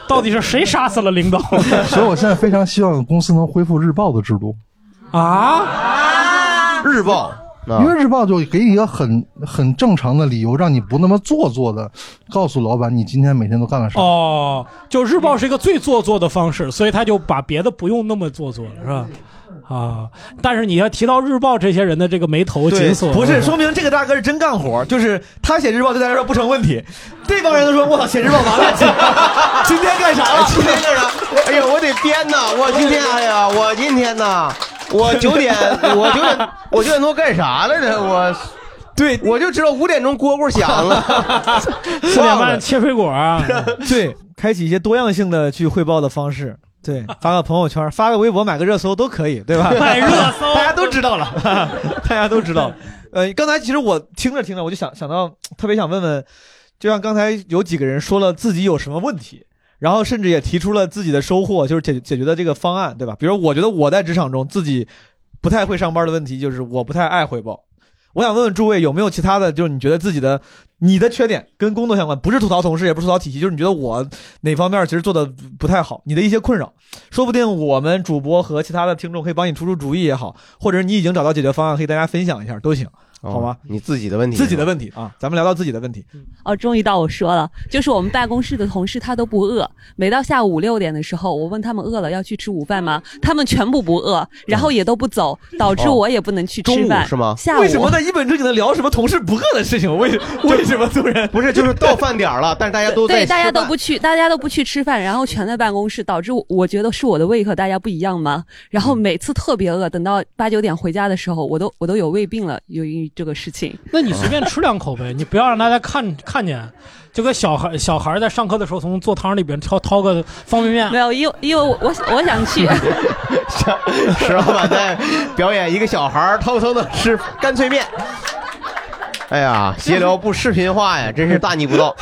到底是谁杀死了领 导？
所以我现在非常希望公司能恢复日报的制度，
啊，
日报，
因为日报就给你一个很很正常的理由，让你不那么做作的告诉老板你今天每天都干了啥。
哦，就日报是一个最做作的方式，所以他就把别的不用那么做作了，是吧？啊，但是你要提到日报这些人的这个眉头紧锁，
不是说明这个大哥是真干活，就是他写日报对大家说不成问题，这帮人都说我操写日报完了，今今天干啥了？
今天 干啥？哎呀，我得编呐！我今天，哎呀，我今天呐，我九 点，我九点，我九点多干啥来着？我，
对，
我就知道五点钟蝈蝈响了，
四点半切水果啊，
对，开启一些多样性的去汇报的方式。对，发个朋友圈，发个微博，买个热搜都可以，对吧？
买热搜，
大家都知道了， 大家都知道了。呃，刚才其实我听着听着，我就想想到，特别想问问，就像刚才有几个人说了自己有什么问题，然后甚至也提出了自己的收获，就是解解决的这个方案，对吧？比如我觉得我在职场中自己不太会上班的问题，就是我不太爱汇报。我想问问诸位，有没有其他的，就是你觉得自己的你的缺点跟工作相关，不是吐槽同事，也不是吐槽体系，就是你觉得我哪方面其实做的不太好，你的一些困扰，说不定我们主播和其他的听众可以帮你出出主意也好，或者你已经找到解决方案，可以大家分享一下都行，好吗？
你自己的问题，
自己的问题啊，咱们聊到自己的问题，
哦，终于到我说了，就是我们办公室的同事他都不饿，每到下午五六点的时候，我问他们饿了要去吃午饭吗？他们全部不饿，然后也都不走，导致
哦
我也不能去吃饭。下午
为什么在一本正经的聊什么同事不饿的事情？为 为什么突然
不是就是到饭点了，但是大家都在
对，大家都不去，大家都不去吃饭，然后全在办公室，导致我我觉得是我的胃和大家不一样吗？然后每次特别饿，等到八九点回家的时候，我都我都有胃病了，由于这个事情。
那你随便吃两口呗，你不要让大家看看见，就跟小孩小孩在上课的时候从座汤里边掏掏个方便面，
没有，因为因为我我我想去，
石老板在表演一个小孩儿偷偷的吃干脆面。哎呀，闲聊不视频化呀，真是大逆不 道。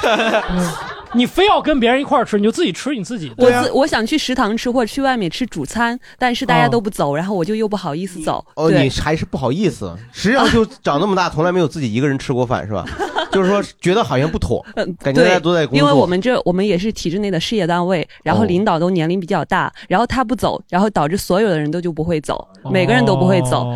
你非要跟别人一块儿吃，你就自己吃你自己的。
我自我想去食堂吃或者去外面吃主餐，但是大家都不走，然后我就又不好意思走。
哦，
对
你还是不好意思，实际上就长那么大，从来没有自己一个人吃过饭，是吧？就是说，觉得好像不 妥
呃，
感觉大家
对
都在工作。
因为我们这我们也是体制内的事业单位，然后
哦
领导都年龄比较大，然后他不走，然后导致所有的人都就不会走，
哦
每个人都不会走。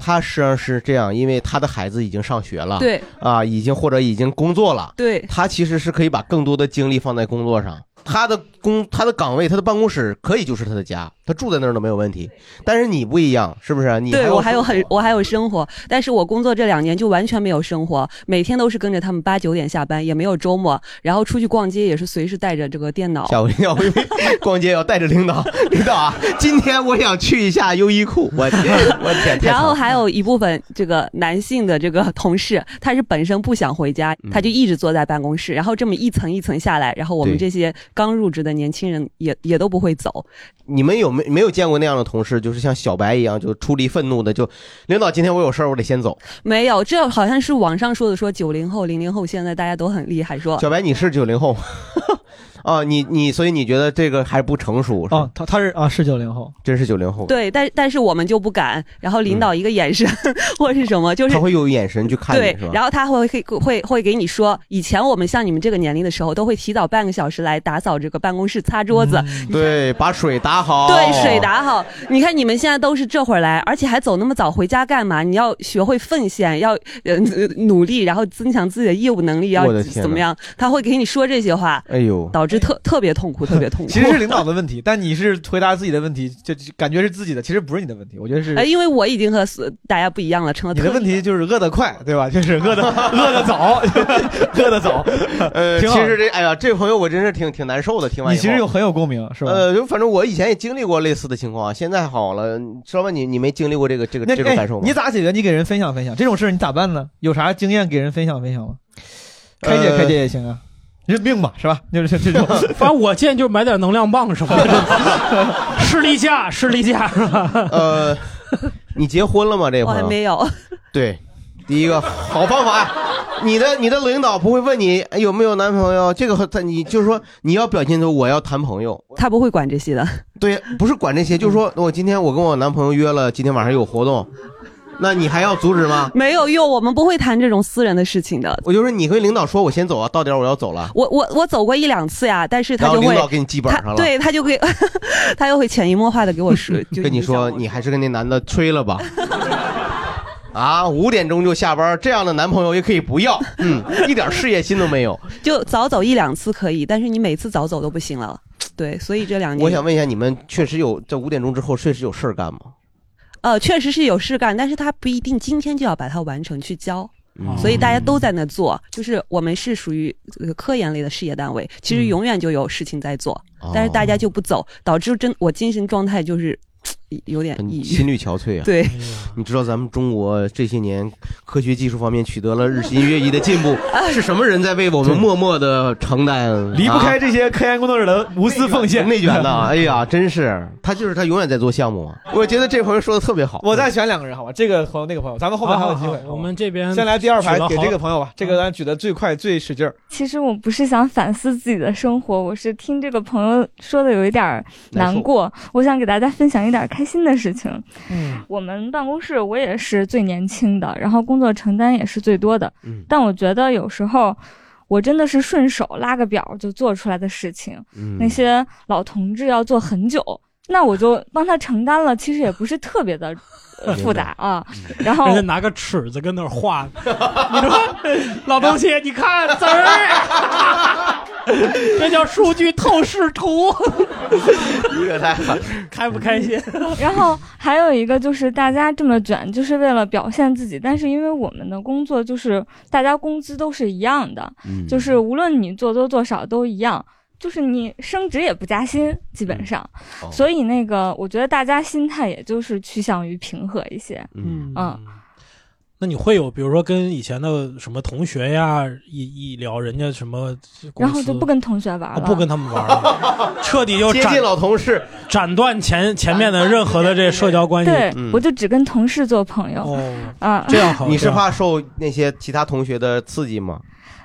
他实际上是这样，因为他的孩子已经上学了，
对
啊，已经或者已经工作了，
对
他其实是可以把更多的精力放在工作上。他的工，他的岗位，他的办公室可以就是他的家，他住在那儿都没有问题。但是你不一样，是不是？你
对我还有
生
很我还有生活，但是我工作这两年就完全没有生活，每天都是跟着他们八九点下班，也没有周末，然后出去逛街也是随时带着这个电脑。
吓我一跳， 我以为逛街要带着领导，领导啊，今天我想去一下优衣库，我天，我天，太 惨
然后
了
还有一部分这个男性的这个同事，他是本身不想回家，
嗯
他就一直坐在办公室，然后这么一层一层下来，然后我们
对
这些刚入职的年轻人也也都不会走。
你们有没没有见过那样的同事，就是像小白一样，就出离愤怒的，就领导今天我有事儿，我得先走。
没有，这好像是网上说的，说九零后、零零后现在大家都很厉害，说
小白，你是九零 后吗？啊，你你，所以你觉得这个还不成熟是吧？
他他是啊，是九零后，
真是九零后。，
哦对，但但是我们就不敢，然后领导一个眼神、或是什么，就是
他会有眼神去嗯看你
对
是吧？，
然后他会会会会给你说，以前我们像你们这个年龄的时候，都会提早半个小时来打扫这个办公室、擦桌子，
嗯对，把水打好，
对，水打好。你看你们现在都是这会儿来，而且还走那么早回家干嘛？你要学会奉献，要呃努力，然后增强自己的业务能力，要
我的天
怎么
哪
样？他会给你说这些话，
哎呦，
导致特特别痛苦，特 别痛苦。
其实是领导的问题， 但你是回答自己的问题，就就感觉是自己的，其实不是你的问题。我觉得是
呃，因为我已经和所大家不一样了，成了
你的
特哦
问题就是饿得快，对吧？就是饿得饿得早，饿得 早。
呃，
挺好
其实这哎呀，这朋友我真是挺挺难受的，听完
你
以后
其实有很有共鸣，是吧？
呃，就反正我以前也经历过类似的情况，啊现在好了。稍微你你没经历过这个这个
那
这种
哎
感受吗？
你咋解决？你给人分享分享这种事儿，你咋办呢？有啥经验给人分享分享吗？开解
呃
开解也行啊，认命吧，是 吧？就是这种。
反正我建议就是买点能量棒什么 的，士力架，士力架是吧？
呃，你结婚了吗？这
我
朋
还
友
没有。
对，第一个好方法，你的你的领导不会问你哎有没有男朋友，这个和他你就是说你要表现出我要谈朋友，
他不会管这些的。
对，不是管这些，就是说我今天我跟我男朋友约了，今天晚上有活动，那你还要阻止吗？
没有用，我们不会谈这种私人的事情的。
我就是你跟领导说我先走啊，到点儿我要走了，
我我我走过一两次呀，但是他
然后
就
领
会
导给你记本上了，
对他就会， 他又会潜移默化的给 我说，就
跟你说你还是跟那男的吹了吧。 啊，五点钟就下班，这样的男朋友也可以不要，嗯，一点事业心都没 有。
就早走一两次可以，但是你每次早走都不行了。对，所以这两年
我想问一下，你们确实有在五点钟之后确实有事儿干吗？
呃，确实是有事干，但是他不一定今天就要把它完成去交。
嗯
所以大家都在那做，就是我们是属于呃科研类的事业单位，其
嗯
实永远就有事情在做，
哦
但是大家就不走，导致真我精神状态就是嘖有点抑郁，
心力憔悴啊！
哎
对，
你知道咱们中国这些年科学技术方面取得了日新月异的进 步，
啊
是什么人在为我们默默的承担？
离不开
啊
这些科研工作者的无私奉献、
内卷 呐！哎呀，真是他就是他永远在做项目啊！我觉得这朋友说的特别好。
我再选两个人好吧，这个朋友那个朋友，咱们后面还有机
好
会
好。好我们这边
先来第二排
举了好嗯
给这个朋友吧，这个咱举的最快最使劲儿。
其实我不是想反思自己的生活，我是听这个朋友说的有一点儿难过，我想给大家分享一点儿开心的事情。
嗯，
我们办公室我也是最年轻的，然后工作承担也是最多的。
嗯
但我觉得有时候我真的是顺手拉个表就做出来的事情，
嗯
那些老同志要做很久，那我就帮他承担了，其实也不是特别的呃复杂啊。
嗯
然 后
人家拿个尺子跟那儿画，你说 老东西，你 看字儿， 这叫数据透视 图，
你可太狠，
开不开心？
嗯然后还有一个就是大家这么卷，就是为了表现自己。但是因为我们的工作就是大家工资都是一样的，
嗯
就是无论你做多做少都一样，就是你升职也不加薪，基
嗯
本上。
哦
所以那个我觉得大家心态也就是趋向于平和一些。
嗯
嗯
那你会有，比如说跟以前的什么同学呀，一一聊人家什么公司，
然后就不跟同学玩
啊
哦
了，
不跟他们玩 了，彻底就
接
斩
近
老同事，
斩断前前面的任何的这社交关系。
对、
嗯
我就只跟同事做朋友。啊，
你是怕受那些其他同学的刺激吗？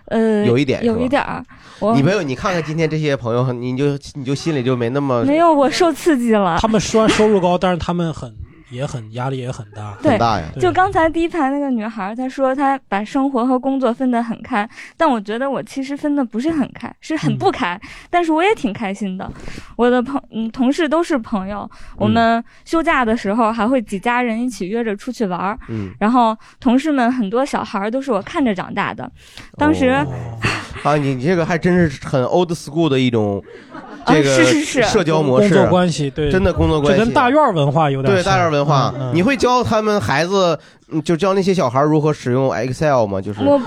呃
有一点
有
是吧
一点儿，我
你朋友，你看看今天这些朋友，你就你就心里就没那么
没有啊我受刺激了。
他们虽然收入 高，但是他们很也很压力也很大，
对，
对
就刚才第一排那个女孩儿，她说她把生活和工作分得很开，但我觉得我其实分得不是很开，是很不开。但是我也挺开心的，我的朋嗯同事都是朋友，
嗯
我们休假的时候还会几家人一起约着出去玩儿。
嗯
然后同事们很多小孩儿都是我看着长大的，当时、
哦
啊，你你这个还真是很 old school 的一种这个
是是是
社交模式、啊
工作关系对
真的工作关系，
这跟大院文化有点
对
像
大院文化
嗯，嗯
你会教他们孩子，嗯就教那些小孩如何使用 Excel 吗？就是
我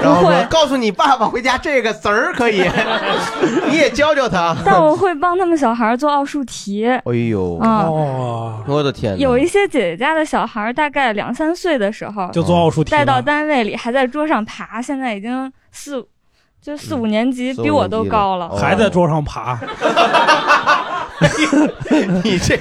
然后
不
说
会
告诉你爸爸回家这个词儿可以， 你也教教他。
但我会帮他们小孩儿做奥数题。
哎呦，
啊
哦
我
嗯
的天哪，
有一些姐姐家的小孩儿，大概两三岁的时候
就做奥数题
带
了
到单位里还在桌上爬，现在已经四就四五年级，
嗯四五
比我
年级
都
了哦
高
哦
了，
还在桌上爬，
你这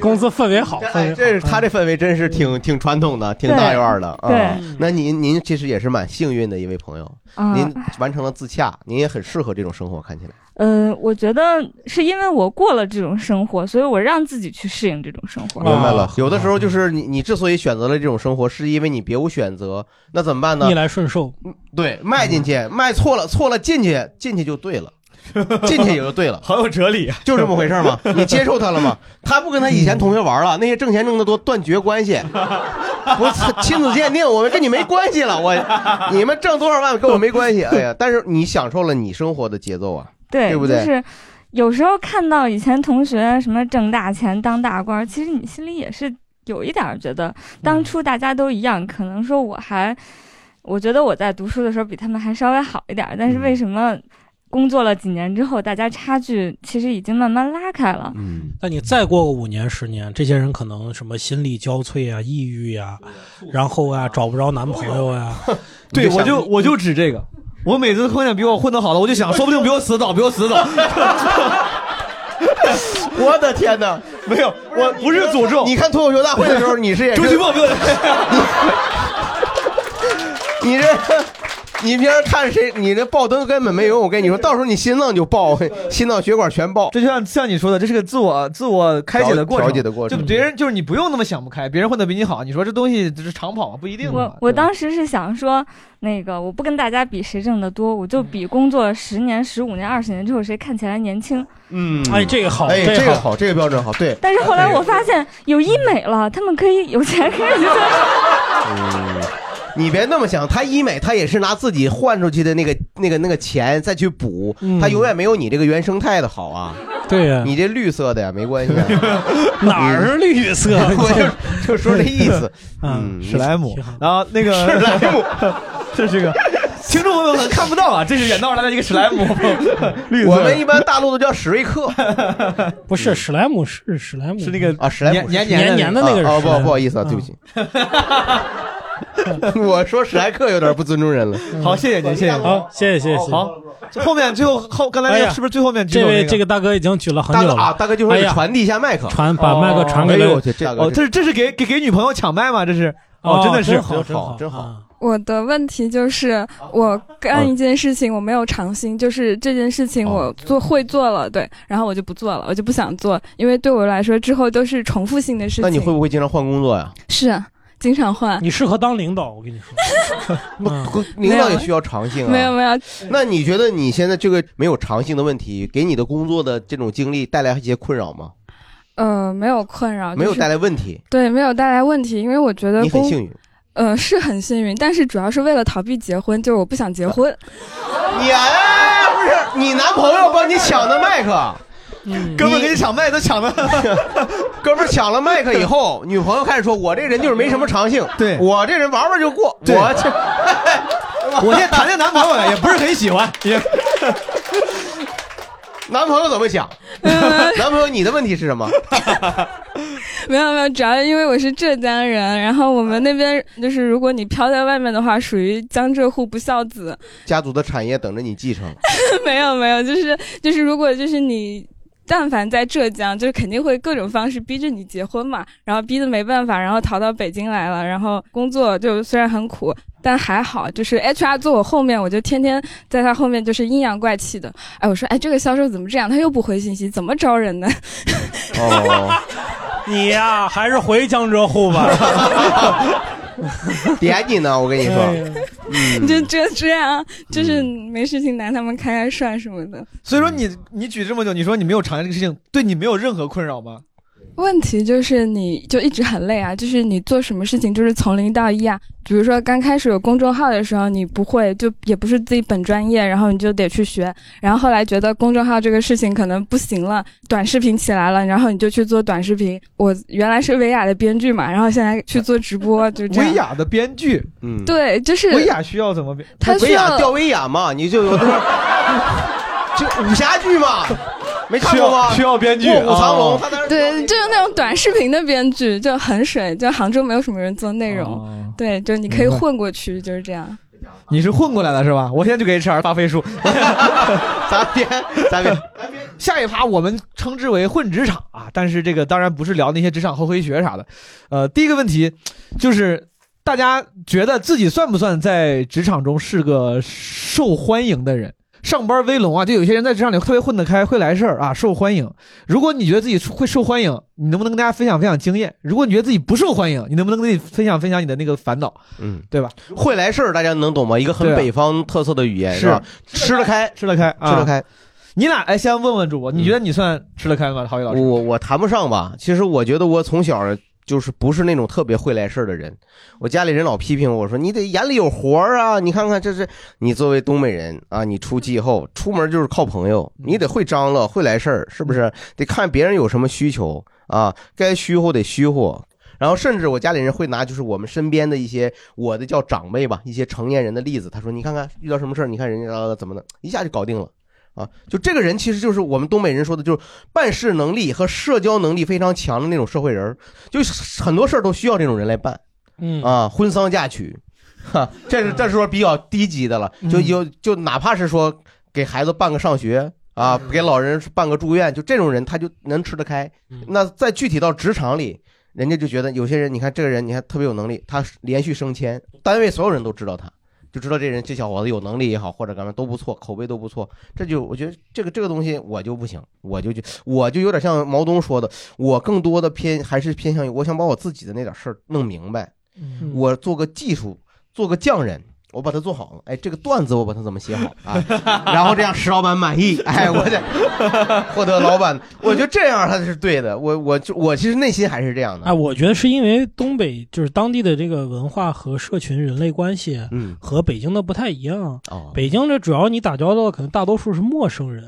公司氛围好，嗯氛
哎，
围
这是他这氛围真是挺挺传统的，挺大院儿的啊。
对
那您您其实也是蛮幸运的一位朋友，
啊
您完成了自洽，您也很适合这种生活，看起来。
呃，我觉得是因为我过了这种生活，所以我让自己去适应这种生
啊
活。
明白了，有的时候就是你你之所以选择了这种生活，是因为你别无选择，那怎么办呢？
逆来顺受，
对，迈进去，迈错了，错了进去，进去就对了。进去也就对了，
好有 哲理，啊
就这么回事 嘛。你接受他了吗？他不跟他以前同学玩了，那些挣钱挣得多，断绝关系。我操亲子鉴定，我们跟你没关系了。我你们挣多少万跟我没关系。哎呀，但是你享受了你生活的节奏啊，
对，
不对？
就是有时候看到以前同学什么挣大钱、当大官儿，其实你心里也是有一点儿觉得，当初大家都一样，可能说我还，我觉得我在读书的时候比他们还稍微好一点儿，但是为什么工作了几年之后，大家差距其实已经慢慢拉开了？
嗯，
但你再过个五年十年，这些人可能什么心力交瘁啊、抑郁啊，然后啊找不着男朋友啊呀、
对，我就我就指这个。
嗯
我每次碰见比我混得好的，我就想，说不定比我死得早，比我死得早。
我的天哪！
没有，我不是诅咒。
你看脱口秀大会的时候，你是也是
周奇墨 比我
你这，你平时看谁，你这爆灯根本没用。我跟你说，到时候你心脏就爆，心脏血管全爆。
这就像像你说的，这是个自我自我开解的过程，
调调节的过程
就
嗯
别人就是你不用那么想不开，别人混得比你好，你说这东西这是长跑吗？不一定嘛
我。我当时是想说，那个我不跟大家比谁挣得多，我就比工作十年、十五年、二十年之后谁看起来年轻。
嗯，
哎这个好
哎，
这个
这个
好
好，这个标准好，对。
但是后来我发现有医美了，他们可以有钱可以去做。
嗯，你别那么想，他医美他也是拿自己换出去的那个那个那个钱再去补，他永远没有你这个原生态的好啊。
嗯对呀、
你这绿色的呀没关系啊、
哪儿绿 色？
我就就说这意思。
嗯，史莱姆，然后那个史
莱姆，
这是这个。听众朋友们看不到啊，这是远道而来的一个史莱姆，绿色
我们一般大陆都叫史瑞克，
不是史莱姆是史莱姆是那个
啊，史莱姆
年年年的那个
哦，不不好意
思，
思啊，对不起。
嗯
我说史莱克有点不尊重人了。
嗯好，谢谢您，谢谢您，哦
好，谢谢，谢谢，
好，后面最后后刚才那
哎
个
呀
是不是最后面举
这
手那
位
个
这个大哥已经举了很
大哥
久了
啊大哥就
会
哎呀
传递一下麦克
传把麦克传给
哎呦
了
我去这大哥
哦，这是这是给给给女朋友抢麦吗？这是
哦
真的是
真好真好
真
好。
我的问题
啊
就是，我干一件事情我没有长心，就是这件事
哦
情我做会做了，对，然后我就不做了，我就不想做，因为对我来说之后都是重复性的事情。
那你会不会经常换工作呀？
是啊经常换？
你适合当领导，我跟你说，
不，领导也需要长性啊。
没有没有。
那你觉得你现在这个没有长性的问题，给你的工作的这种经历带来一些困扰吗？
呃，没有困扰，
没有带来
题。
问题，
对，没有带来问题，因为我觉得
你很
工
幸运。
呃，是很幸运，但是主要是为了逃避结婚，就是我不想结婚。
你哎，啊不是你男朋友帮你抢的麦克，
哥们儿给嗯你抢麦都 抢的，
哥们儿抢了麦克以后，女朋友开始说：“我这人就是没什么长性，
对
我这人玩玩就过，
对
我这。”
我现在谈恋男朋友了，也不是很喜欢，也
男朋友怎么想？男朋友，你的问题是什么？
没有没有，主要因为我是浙江人，然后我们那边就是如果你飘在外面的话，属于江浙沪不孝子。
家族的产业等着你继承。
没有没有，就是就是如果就是你。但凡在浙江，就是肯定会各种方式逼着你结婚嘛，然后逼得没办法，然后逃到北京来了，然后工作就虽然很苦，但还好，就是 HR 坐我后面，我就天天在他后面就是阴阳怪气的。哎，我说，哎，这个销售怎么这样？他又不回信息，怎么招人呢？
哦，
你呀、还是回江浙沪吧。
点你呢，我跟你
哎
说，嗯
你就这这样，就是没事情拿他们开开涮什么的。
所以说你你举这么久，你说你没有尝试这个事情，对你没有任何困扰吗？
问题就是你就一直很累啊，就是你做什么事情就是从零到一啊。比如说刚开始有公众号的时候，你不会，就也不是自己本专业，然后你就得去学。然后后来觉得公众号这个事情可能不行了，短视频起来了，然后你就去做短视频。我原来是维雅的编剧嘛，然后现在去做直播，就这样。
维雅的编剧，
嗯
对，就是
维雅需要怎么编？
他需
威亚
要
啊吊威亚嘛，你就有就武侠剧嘛，没看过吗？
需要需要编剧
卧虎藏龙，
哦
他当时
对，就是那种短视频的编剧，就很水，就杭州没有什么人做内容，对，就你可以
哦明白
混过去，就是这样。
你是混过来的是吧？我现在就给 HR 发飞书，
咱别咱别。
下一趴我们称之为混职场啊，但是这个当然不是聊那些职场厚黑学啥的。呃，第一个问题就是大家觉得自己算不算在职场中是个受欢迎的人？上班威龙啊，就有些人在职场里特别混得开，会来事儿啊，受欢迎。如果你觉得自己会受欢迎，你能不能跟大家分享分享经验？如果你觉得自己不受欢迎，你能不能跟自己分享分享你的那个烦恼？
嗯，
对吧？
会来事儿，大家能懂吗？一个
对
很
啊
北方特色的语言
是
吧？吃得开，
吃得开，啊
吃得开。
你俩哎，先问问主播，你觉得你算吃得开吗？郝宇老
师，我我谈不上吧。其实我觉得我从小就是不是那种特别会来事儿的人。我家里人老批评我说：“你得眼里有活儿啊！你看看这是你作为东北人啊，你出季后出门就是靠朋友，你得会张罗，会来事儿，是不是？得看别人有什么需求啊，该虚乎得虚乎。”然后甚至我家里人会拿就是我们身边的一些我的叫长辈吧，一些成年人的例子，他说你看看遇到什么事儿，你看人家呃怎么的，一下就搞定了。啊，就这个人其实就是我们东北人说的，就是办事能力和社交能力非常强的那种社会人儿，就是很多事儿都需要这种人来办。
嗯
啊，婚丧嫁娶， 哈，这是这是说比较低级的了，就有就哪怕是说给孩子办个上学啊，给老人办个住院，就这种人他就能吃得开。那再具体到职场里。人家就觉得有些人，你看这个人，你看特别有能力，他连续升迁，单位所有人都知道他，就知道这人这小伙子有能力也好，或者干嘛都不错，口碑都不错。这就我觉得这个这个东西我就不行，我就就我就有点像毛东说的，我更多的偏还是偏向于我想把我自己的那点事儿弄明白，我做个技术，做个匠人。我把它做好了，哎，这个段子我把它怎么写好啊？ 然后这样石老板满意，哎，我得获得老板，我觉得这样他是对的。我我就我其实内心还是这样的。
哎，我觉得是因为东北就是当地的这个文化和社群人类关系，
嗯，
和北京的不太一样。
哦，
北京这主要你打交道的可能大多数是陌生人，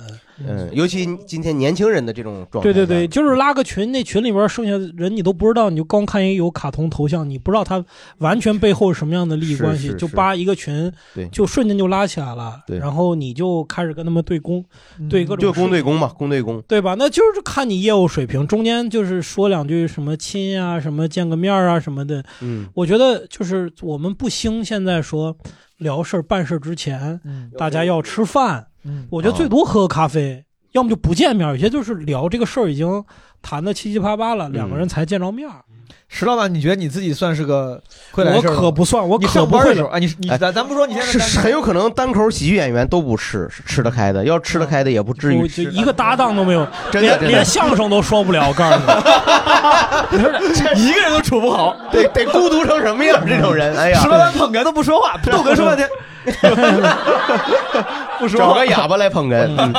嗯，尤其今天年轻人的这种状态
对
下，
对对，就是
嗯
拉个群，那群里边剩下的人你都不知道，你就光看一个有卡通头像，你不知道他完全背后是什么样的利益
是
关系，
是
就是扒一个群，
对
就瞬间就拉起来了，
对
然后你就开始跟他们对攻，
嗯
对各种
对公
事
对公嘛，公对公。
对吧？那就是看你业务水平，中间就是说两句什么亲啊，什么见个面啊什么的。
嗯，
我觉得就是我们不兴现在说聊事儿办事儿之前，大家要吃饭。嗯
嗯
我
啊
觉得
啊
最多喝个咖啡，要么就不见面儿。有些就是聊这个事儿已经谈的七七八八了，两个人才见着面儿。
嗯石老板，你觉得你自己算是个会来
我
事儿的吗
可不算，我
你
可
上
不
班
会
的时候，
聊
哎，你你
哎
咱咱不说 你现在
是是很有可能单口喜剧演员都不吃，是吃得开的。要吃得开的也不至于
我就
吃。
一个搭档都没有，
真的
连
真的
连相声都说不了，我告诉你。
一个人都处不 好，
得得孤独成什么样？这种人，哎呀，
石老板捧哏都不说话，豆哥说半 天，不说话
找个哑巴来捧哏， 嗯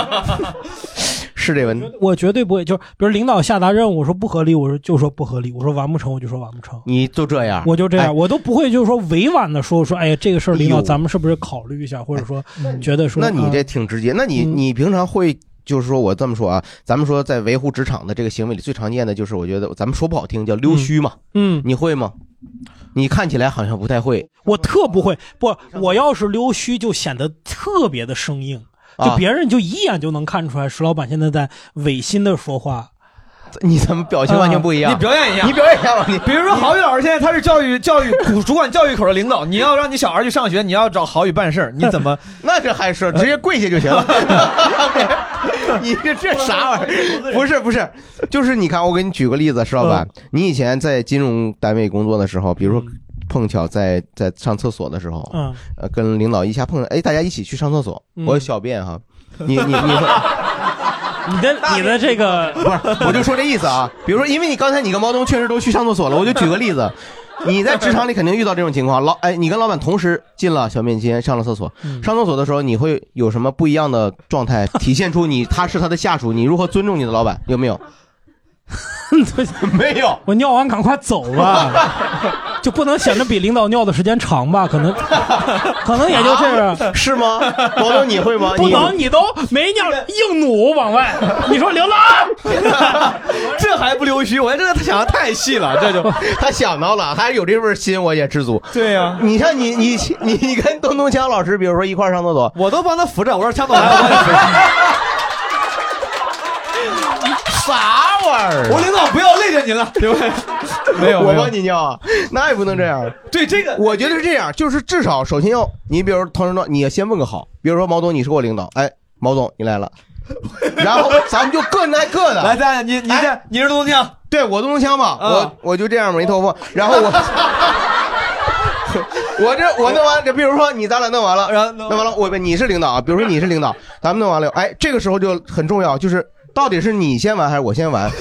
是这问题。
我绝对不会，就是比如领导下达任务，我说不合理，我说就说不合理，我说完不成，我就说完不成，
你就这样，
我就这
哎
样，我都不会就是说委婉的说，我说哎呀这个事儿，领
哎
导
呦
咱们是不是考虑一下，或者说觉得说，
嗯那你这
啊
挺直接。那你你平常会就是说我这么说啊，咱们说在维护职场的这个行为里，最常见的就是我觉得咱们说不好听叫溜须嘛。
嗯，
你会吗？你看起来好像不太会。
我特不会，不，
嗯
我要是溜须就显得特别的生硬，就
啊
别人就一眼就能看出来石老板现在在违心的说话。
你怎么表情完全不一样
啊你表演一下，
你 表演一下吧。你
比如说郝宇老师现在他是教育教育主主管教育口的领导，你要让你小孩去上学，你要找郝宇办事儿，你怎么？
那这还是直接跪下就行了。你这这啥玩意儿？呃不是不是，就是你看，我给你举个例子，石老板，
嗯
你以前在金融单位工作的时候，比如说碰巧在在上厕所的时候，
嗯，
呃，跟领导一下碰，哎，大家一起去上厕所，
嗯
我有小便哈，你你你会。
你的你的这个
不是，我就说这意思啊。比如说，因为你刚才你跟毛东确实都去上厕所了，我就举个例子，你在职场里肯定遇到这种情况，老哎，你跟老板同时进了小便间，上了厕所，上厕所的时候你会有什么不一样的状态，体现出你他是他的下属，你如何尊重你的老板，有没有？ 没有，
我尿完赶快走吧， 就不能显得比领导尿的时间长吧？可能，可能也就这样，
啊是吗？王总你会吗？
不能，你都没尿，硬努往 外。你说刘老，
这还不溜须？我这个想的太细了，这就他想到了，还有这份心，我也知足。
对呀、
你像你你你你跟东东强老师，比如说一块儿上厕所，
我都帮他扶着，我说强 总来，我帮你扶
啥玩意儿？
我领导不要累着您了，对 不对？没有，
我
没有
帮你尿啊，那也不能这样。
对这个，
我觉得是这样，就是至少首先要你，比如唐生壮，你要先问个好，比如说毛总，你是我领导，哎，毛总你来了，然后咱们就各挨各 的。
来，咱你你这你是东东枪，
哎对我东东枪嘛，
啊
我我就这样没头发，然后我。我这我弄完，这比如说你咱俩弄完了，然后弄完了，我你是领导啊，比如说你是领导，咱们弄完了，哎，这个时候就很重要，就是到底是你先完还是我先完？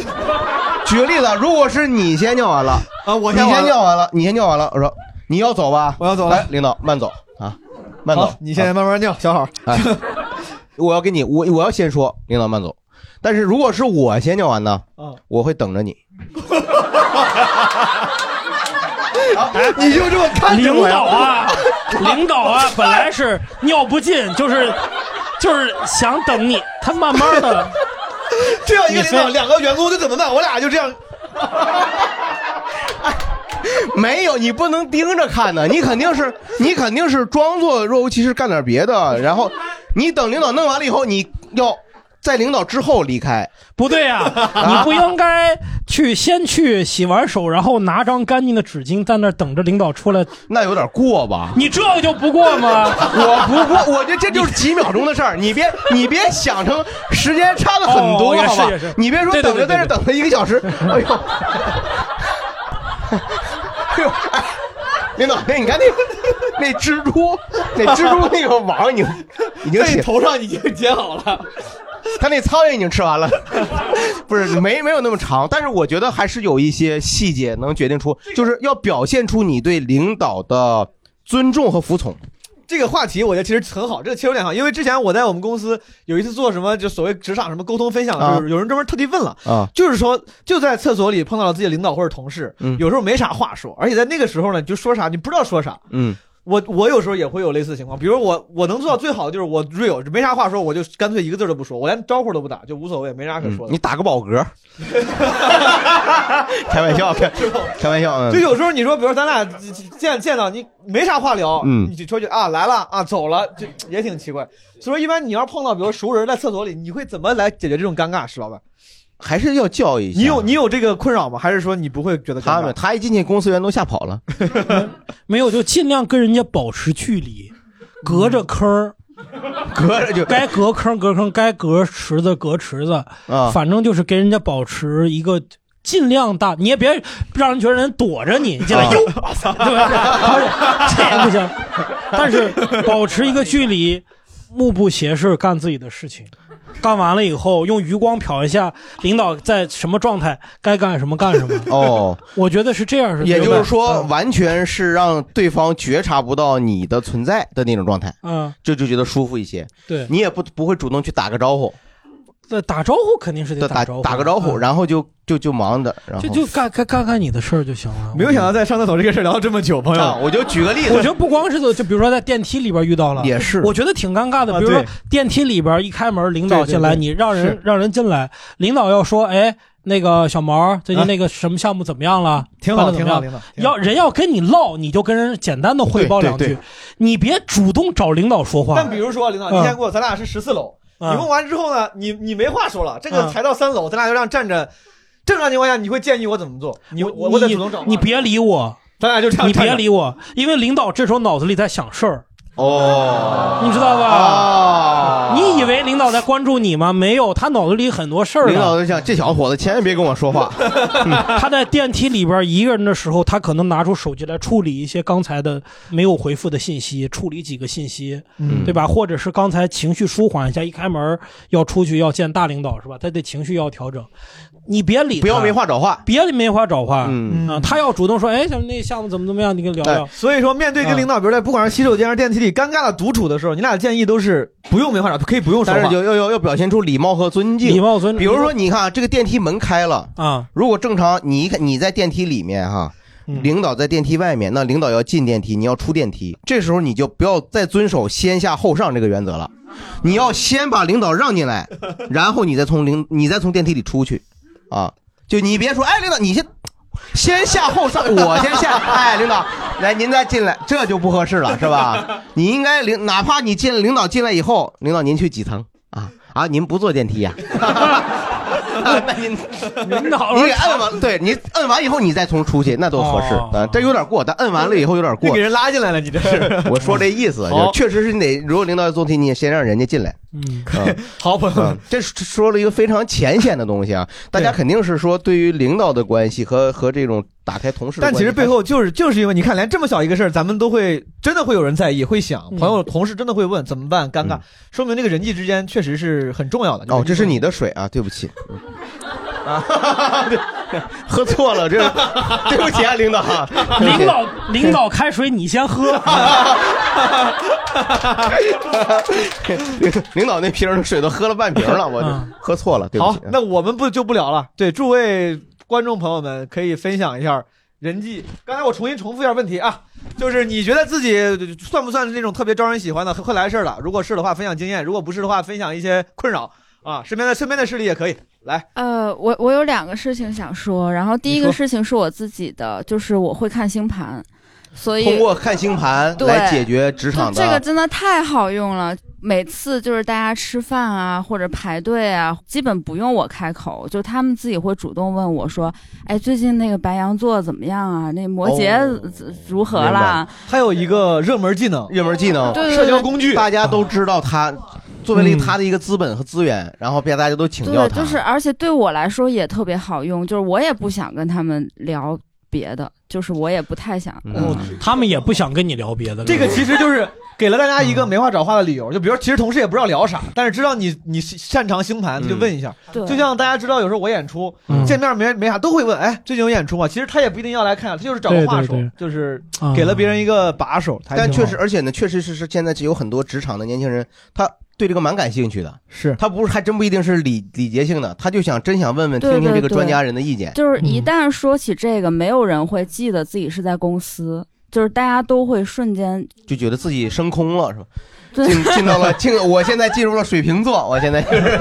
举个例子，啊如果是你先尿完了
啊，我
你
先完
先
了
尿完了，你先尿完了，我说你要走吧，
我要走了
来，领导慢走啊，慢走啊
好，，你现在慢慢尿，小好。
哎，我要跟你，我我要先说，领导慢走。但是如果是我先尿完呢，
嗯
我会等着你。 你就这么看着
领
我呀
导啊，领导 啊，本来是尿不尽，就是就是想等你，他慢慢 的，
这样一个领导，
你非
两个员工，这怎么办？我俩就这样，
没有，你不能盯着看呢，你肯定是你肯定是装作若无其事干点别的，然后你等领导弄完了以后，你要在领导之后离开。
不对 呀、你不应该去先去洗完手，然后拿张干净的纸巾在那儿等着领导出来，
那有点过吧？
你这个就不过吗？
我不过，我觉得这就是几秒钟的事儿，你别你别想成时间差的很多，
哦也是
好吧
也是？
你别说
对对
等着
对
在这
对对
等了一个小时，哎呦，哎呦，哎领导，那你看那那蜘蛛，那蜘蛛那个网已经已经
在
写
头上已经结好了。
他那苍蝇已经吃完了， 不是没没有那么长，但是我觉得还是有一些细节能决定出，就是要表现出你对领导的尊重和服从。
这个话题我觉得其实很好，这个切入点好，因为之前我在我们公司有一次做什么，就所谓职场什么沟通分享，
啊
就是有人专门特地问了，
啊
就是说就在厕所里碰到了自己的领导或者同事，
嗯
有时候没啥话说，而且在那个时候呢，就说啥你不知道说啥，
嗯，
我我有时候也会有类似的情况，比如我我能做到最好的就是
嗯
我 real 没啥话说，我就干脆一个字儿都不说，我连招呼都不打，就无所谓，没啥可说的。
嗯你打个饱嗝， 开玩笑，开开玩笑，嗯
就有时候你说，比如咱俩见见到你没啥话聊，
嗯
你就说句啊来了啊走了，就也挺奇怪。所以说，一般你要碰到比如熟人在厕所里，你会怎么来解决这种尴尬，石老板？
还是要教育一下。
你有你有这个困扰吗？还是说你不会觉得
他们他一进去，公司员都吓跑了。
没有，就尽量跟人家保持距离，隔着坑儿。
嗯隔着就
该隔坑隔坑，该隔池子隔池子
啊
反正就是跟人家保持一个尽量大，你也别让人觉得人躲着你进来
啊
哟，对吧？这 也不行，但是保持一个距离，目不斜视干自己的事情。干完了以后，用余光瞟一下领导在什么状态，该干什么干什么。
哦，
我觉得是这样是最嗯
也
有感，
就是说，完全是让对方觉察不到你的存在的那种状态，
嗯，
这就觉得舒服一些。
对
你也不不会主动去打个招呼，
对，打招呼肯定是得
打
招呼，
打个招呼，
嗯
然后就就就忙的，然后
就就干干干干你的事儿就行 了。
没有想到在上厕所这个事儿聊了这么 久，朋友。
啊我就举个例子，
我觉得不光是就比如说在电梯里边遇到了，
也是
我觉得挺尴尬的。
啊
比如说
对
电梯里边一开门，领导进来，
对对对
你让人
是
让人进来，领导要说，哎，那个小毛，最近那个什么项目怎么样了？
啊 挺好
办得怎么样
挺好
要人要跟你唠，你就跟人简单的汇报
对对
两句
对，
你别主动找领导说话
但。比如说，领导，
嗯
你先给我，咱俩是十四楼，你
嗯
问完之后呢，你你没话说了，这个
嗯
才到三楼，咱俩就让站着。正常情况下，你会建议我怎么做？你我我得
你
主动找话。
你别理我，
咱俩就这样
你
站
别
着
理我，因为领导这时候脑子里在想事儿。
哦，
你知道
啊
吧？你以为领导在关注你吗？没有，他脑子里很多事儿呢。嗯
领导就想这小伙子千万别跟我 说话，
他在电梯里边一个人的时候，他可能拿出手机来处理一些刚才的没有回复的信息，处理几个信息，
嗯
对吧？或者是刚才情绪舒缓一下，一开门要出去要见大领导是吧？他的情绪要调整。你别理他，
不要没话找话，
别没话找话。
嗯
啊，他要主动说，哎，咱们那项目怎么怎么样，你跟聊聊。
所以说，面
嗯
对跟领导，比如在不管是洗手间还是电梯里尴尬的独处的时候，你俩的建议都是不用没话找，可以不用说
但
话。
是就要要要表现出礼貌和尊敬，
礼貌尊
比如说，你看啊这个电梯门开了
啊，
如果正常，你一看你在电梯里面哈，领导在电梯外面，那领导要进电梯，你要出电梯，这时候你就不要再遵守先下后上这个原则了，你要先把领导让进来，然后你再从领你再从电梯里出去，啊，就你别说，哎，领导你先。先下后上，我先下。哎，领导，来您再进来，这就不合适了，是吧？你应该领，哪怕你进领导进来以后，领导您去几层啊？啊，您不坐电梯呀、 那 您
领导
你给摁完，对你摁完以后，你再从出去，那都合适
哦
啊。这有点过，但摁完了以后有点 过，
就给人拉进来了，你这
是我说这意思，
好
就确实是你得，如果领导要坐电梯，你也先让人 家进来。
嗯，
好朋
友，这是说了一个非常前显的东西 啊，大家肯定是说对于领导的关系和和这种打开同事的
但
关系，
其实背后就是就是因为你看，连这么小一个事儿，咱们都会真的会有人在意，会想
嗯
朋友、同事真的会问怎么办，尴尬，说明这个人际之间确实是很重要 的。
哦，这是你的水啊，对不起，嗯 喝错了，这对不起啊，领导，
领导，领导开水你先喝。
领 领导那瓶儿水都喝了半瓶儿了，我
嗯
就喝错了，对不
好
起，。啊
那我们不就不聊了。对，诸位观众朋友们可以分享一下人际。刚才我重新重复一下问题啊，就是你觉得自己算不算是那种特别招人喜欢的会来事儿了？如果是的话，分享经验；如果不是的话，分享一些困扰啊，身边的身边的事例也可以。来，
呃，我我有两个事情想说，然后第一
你
个
说
事情是我自己的，就是我会看星盘，所以
通过看星盘
对
来解决职
就
场的
这个真的太好用了。每次就是大家吃饭啊，或者排队啊，基本不用我开口，就他们自己会主动问我说：“哎，最近那个白羊座怎么样啊？那摩羯怎如何
哦明白
啦？”
还有一个热门技能，
热门技能，
对对对社交工
具，啊
大家都知道他作为了一
嗯
个他的一个资本和资源，然后被大家都请教
对，
他，
就是而且对我来说也特别好用，就是我也不想跟他们聊别的，就是我也不太想。嗯
他们也不想跟你聊别的。
这个其实就是给了大家一个没话找话的理由。就比如，其实同事也不知道聊啥，但是知道你你擅长星盘，就问一下。
对
就像大家知道，有时候我演出
嗯
见面没没啥，都会问，哎，最近有演出吗？其实他也不一定要来看，他就是找个话
对
说
对啊对，
就是
啊
给了别人一个把手。还
但
挺好
确实，而且呢，确实是是现在有很多职场的年轻人，他对这个蛮感兴趣的，
是
他不是还真不一定是礼礼节性的，他就想真想问问
对
听听这
对
个
对
专家人的意见，
就是一旦说起这个，没有人会记得自己是在公司，就是大家都会瞬间
就觉得自己升空了是吧？
对
进进到了进，我现在进入了水瓶座，我现在就是。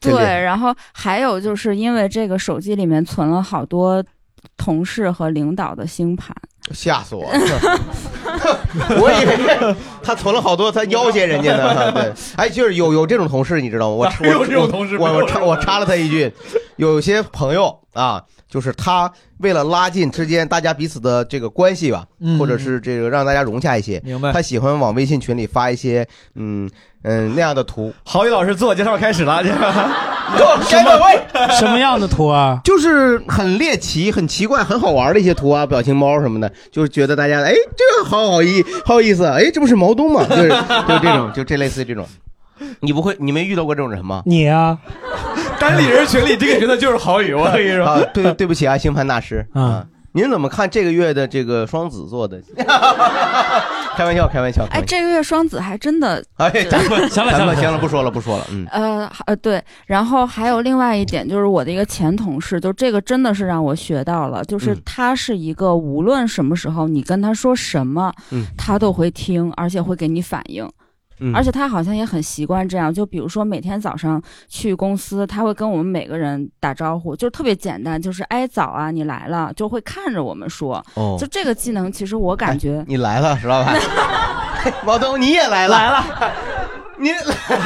对，
对
然后还有就是因为这个手机里面存了好多同事和领导的星盘，
吓死我！了！ 我以为他存了好多，他要挟人 家呢。对，哎，就是有有这种同事，你知道吗？我我
有这种同事
我我插我插了他一句，有些朋友啊，就是他为了拉近之间大家彼此的这个关系吧，
嗯
或者是这个让大家融洽一些，
明白
他喜欢往微信群里发一些嗯嗯那样的图。
郝宇老师自我介绍 开始 了，这
什么
什么样的图啊？
就是很猎奇、很奇怪、很好玩的一些图啊，表情包什么的，就是觉得大家哎，这个好好意，好有意思，哎，这不是毛东吗？就是就是这种，就这类似于这种。你不会，你没遇到过这种人吗？
你啊，
单立人群里这个 角色就是郝宇， 我跟你
啊
说，，
对对不起啊，星盘大师啊，您怎么看这个月的这个双子座的？ 开玩笑，开玩笑。
哎，这个月双子还真的
哎，咱们
行了
咱
行
们
了
行了，不说了，不说了，嗯。
呃呃对，然后还有另外一点就是我的一个前同事，就这个真的是让我学到了，就是
嗯
他是一个无论什么时候你跟他说什么，
嗯
他都会听，而且会给你反应。
嗯
而且他好像也很习惯这样，就比如说每天早上去公司，他会跟我们每个人打招呼，就是特别简单，就是哎早啊，你来了，就会看着我们说。
哦
就这个技能，其实我感觉、
哎你来了，石老板。哎毛东，你也来了，来 了。你，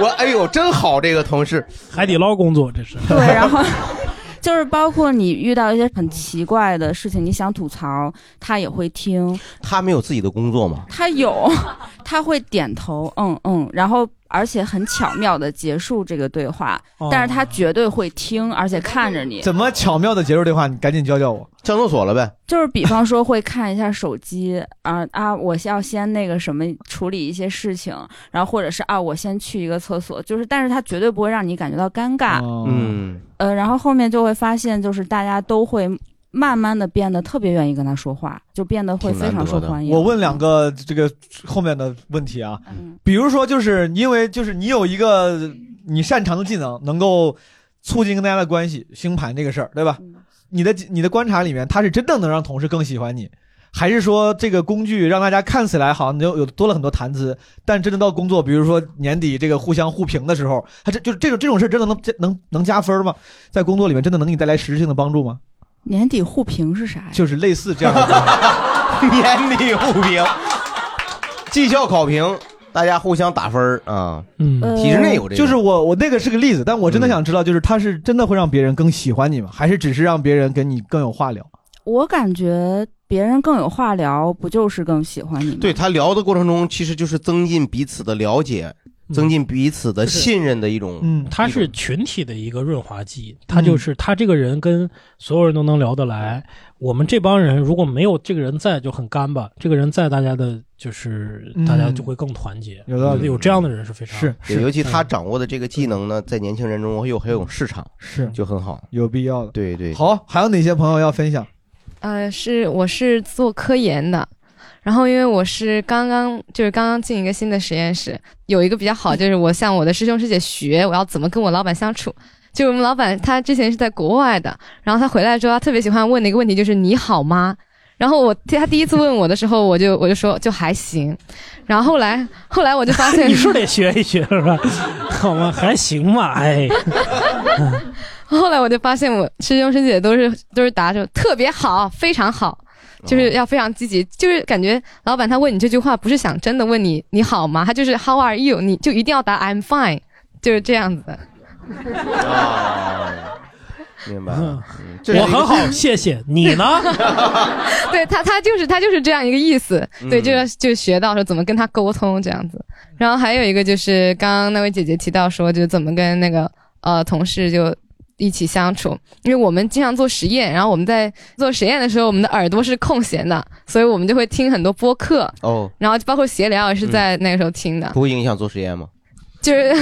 我哎呦，真好，这个同事，
海底捞工作这是。
对，然后 就是包括你遇到一些很奇怪的事情，你想吐槽，他也会听，
他没有自己的工作吗？
他有，他会点头，嗯嗯，然后而且很巧妙的结束这个对话
哦，
但是他绝对会听，而且看着你。
怎么巧妙的结束对话？你赶紧教教我。
上厕所了呗？
就是比方说会看一下手机啊啊，我要先那个什么处理一些事情，然后或者是啊我先去一个厕所，就是但是他绝对不会让你感觉到尴尬，
哦
嗯，
呃，然后后面就会发现就是大家都会慢慢的变得特别愿意跟他说话，就变得会非常受欢迎。
我问两个这个后面的问题啊，
嗯
比如说就是因为就是你有一个你擅长的技能，能够促进跟大家的关系，星盘这个事儿，对吧？
嗯
你的你的观察里面，它是真的能让同事更喜欢你，还是说这个工具让大家看起来好像有有多了很多谈资，但真的到工作，比如说年底这个互相互评的时候，它这就是这种这种事儿真的能能能加分吗？在工作里面真的能给你带来实质性的帮助吗？
年底互评是啥呀？
就是类似这样的。
年底互评，绩效考评，大家互相打分儿啊。嗯体制内有这
呃
个，
就是我我那个是个例子，但我真的想知道，就是他是真的会让别人更喜欢你吗？还是只是让别人跟你更有话聊？
我感觉别人更有话聊，不就是更喜欢你吗？
对他聊的过程中，其实就是增进彼此的了解，增进彼此的信任的一种。
嗯，
它是群体的一个润滑剂，它
嗯
就是他这个人跟所有人都能聊得来。我们这帮人如果没有这个人在，就很干巴。这个人在，大家的就是
嗯
大家就会更团结。
有道理
有这样的人是非常
对尤其
嗯
他掌握的这个技能呢，在年轻人中又很有市场，
是
就很好，
有必要的。
对对，
好，还有哪些朋友要分享？
呃，是我是做科研的，然后因为我是刚刚就是刚刚进一个新的实验室，有一个比较好就是我向我的师兄师姐学我要怎么跟我老板相处。就我们老板他之前是在国外的，然后他回来之后，他特别喜欢问的一个问题就是你好吗？然后我他第一次问我的时候，我就我就说就还行，然后后来后来我就发现
你是得学一学是吧？ 好吗？还行吧，哎，
后来我就发现，我师兄师姐都是都是答着特别好，非常好，就是要非常积极，就是感觉老板他问你这句话不是想真的问你你好吗？他就是 How are you？你就一定要答 I'm fine，就是这样子的。
明白了。嗯这是
我
一个
很好，谢谢你 呢。
对他，他就是他就是这样一个意思。对，
嗯
就要就学到说怎么跟他沟通这样子。然后还有一个就是刚刚那位姐姐提到说，就怎么跟那个呃同事就一起相处，因为我们经常做实验，然后我们在做实验的时候，我们的耳朵是空闲的，所以我们就会听很多播客，
哦，嗯
然后包括闲聊也是在那个时候听的，
不会影响做实验 吗？
就是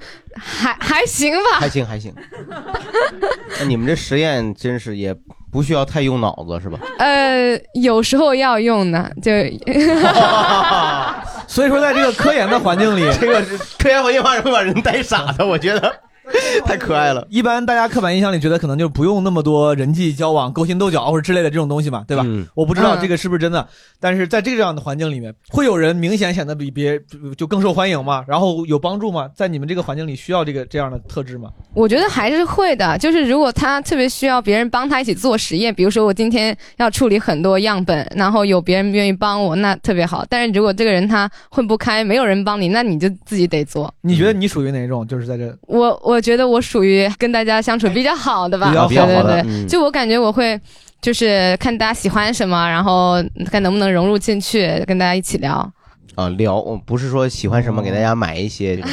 还还行吧
还。行还行。那你们这实验真是也不需要太用脑子是吧？
呃，有时候要用呢， 就
所以说，在这个科研的环境里，
这个科研环境话是会把人带傻的，我觉得太可爱了。
一般大家刻板印象里觉得可能就不用那么多人际交往、勾心斗角或者之类的这种东西嘛，对吧？我不知道这个是不是真的，但是在这样的环境里面，会有人明显显得比别就更受欢迎嘛，然后有帮助吗？在你们这个环境里需要这个这样的特质吗？
我觉得还是会的，就是如果他特别需要别人帮他一起做实验，比如说我今天要处理很多样本，然后有别人愿意帮我，那特别好。但是如果这个人他混不开，没有人帮你，那你就自己得做。
你觉得你属于哪种？就是在这
我我觉得我属于跟大家相处比较好的吧，
比较
对
好
对对，
的嗯
就我感觉我会就是看大家喜欢什么，然后看能不能融入进去，跟大家一起聊。
啊，聊，我不是说喜欢什么给大家买一些，这种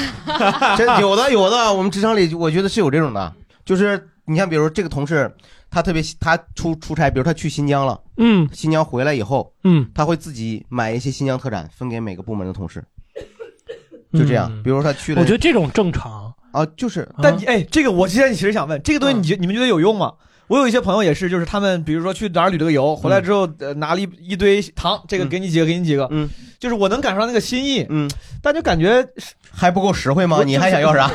真有的有的，我们职场里我觉得是有这种的，就是你像比如这个同事，他特别喜他出出差，比如他去新疆了，
嗯，
新疆回来以后，
嗯，
他会自己买一些新疆特产分给每个部门的同事，就这样
嗯，
比如说他去了，
我觉得这种正常
啊，嗯就是，
但你哎，这个我现在其实想问，这个东西你觉、你们觉得有用吗？我有一些朋友也是，就是他们比如说去哪儿旅了个游，
嗯
回来之后、呃、拿了一一堆糖，这个给你几个，给你几个，
嗯，
就是我能感受到那个心意，
嗯，
但就感觉
还不够实惠吗你还想要 啥？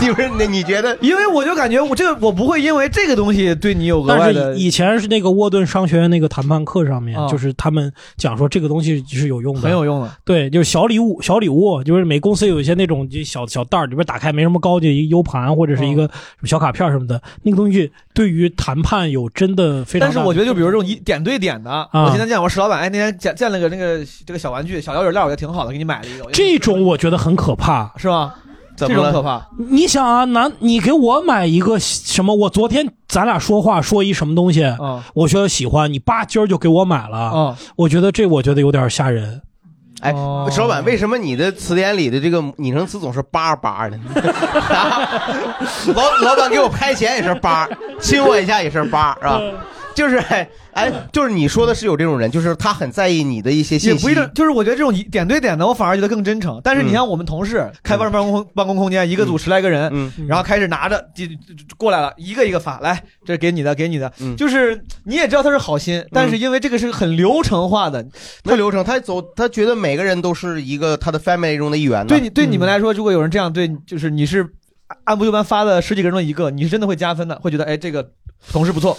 你不是你你觉得？
因为我就感觉我这个我不会因为这个东西对你有额外
但
的
是以前是那个沃顿商学院那个谈判课上面，
啊
就是他们讲说这个东西是有用的，
很有用的。
对，就是小礼物，小礼物，就是每公司有一些那种就小小袋儿，里边打开没什么高级，一个 U 盘或者是一
哦
个什么小卡片什么的，那个东西对于谈判有真的非常
但
大的。啊
是我觉得，就比如这种一点对点的，我今天见我石老板，哎，那天见见了个那个这个小玩具小摇人链，我觉得挺好的，给你买了一个，我就
这种我觉得很可怕，
是吧？
怎
这
么
种
了
可怕。
你想啊，男，你给我买一个什么？我昨天咱俩说话说一什么东西，
嗯
我觉得喜欢，你叭今儿就给我买了，我觉得这我觉得有点吓人。
哎，
哦
石老板，为什么你的词典里的这个拟声词总是八八的？ 老老板给我拍钱也是八，亲我一下也是八，是吧？就是哎哎，就是你说的是有这种人，就是他很在意你的一些
也
信息
不一。定，就是我觉得这种一点对点的，我反而觉得更真诚。但是
嗯
你像我们同事开办办公空办公空间，一个组十来个人，
嗯
然后开始拿着就就就过来了，一个一个发，来，这是给你的，给你的，就是你也知道他是好心，但是因为这个是很流程化
嗯
的，
那流程，他走，他觉得每个人都是一个他的 family 中的一员呢。
对你对你
嗯
们来说，如果有人这样对，就是你是按部就班发的十几个人中一个，你是真的会加分的，会觉得哎这个同事不错。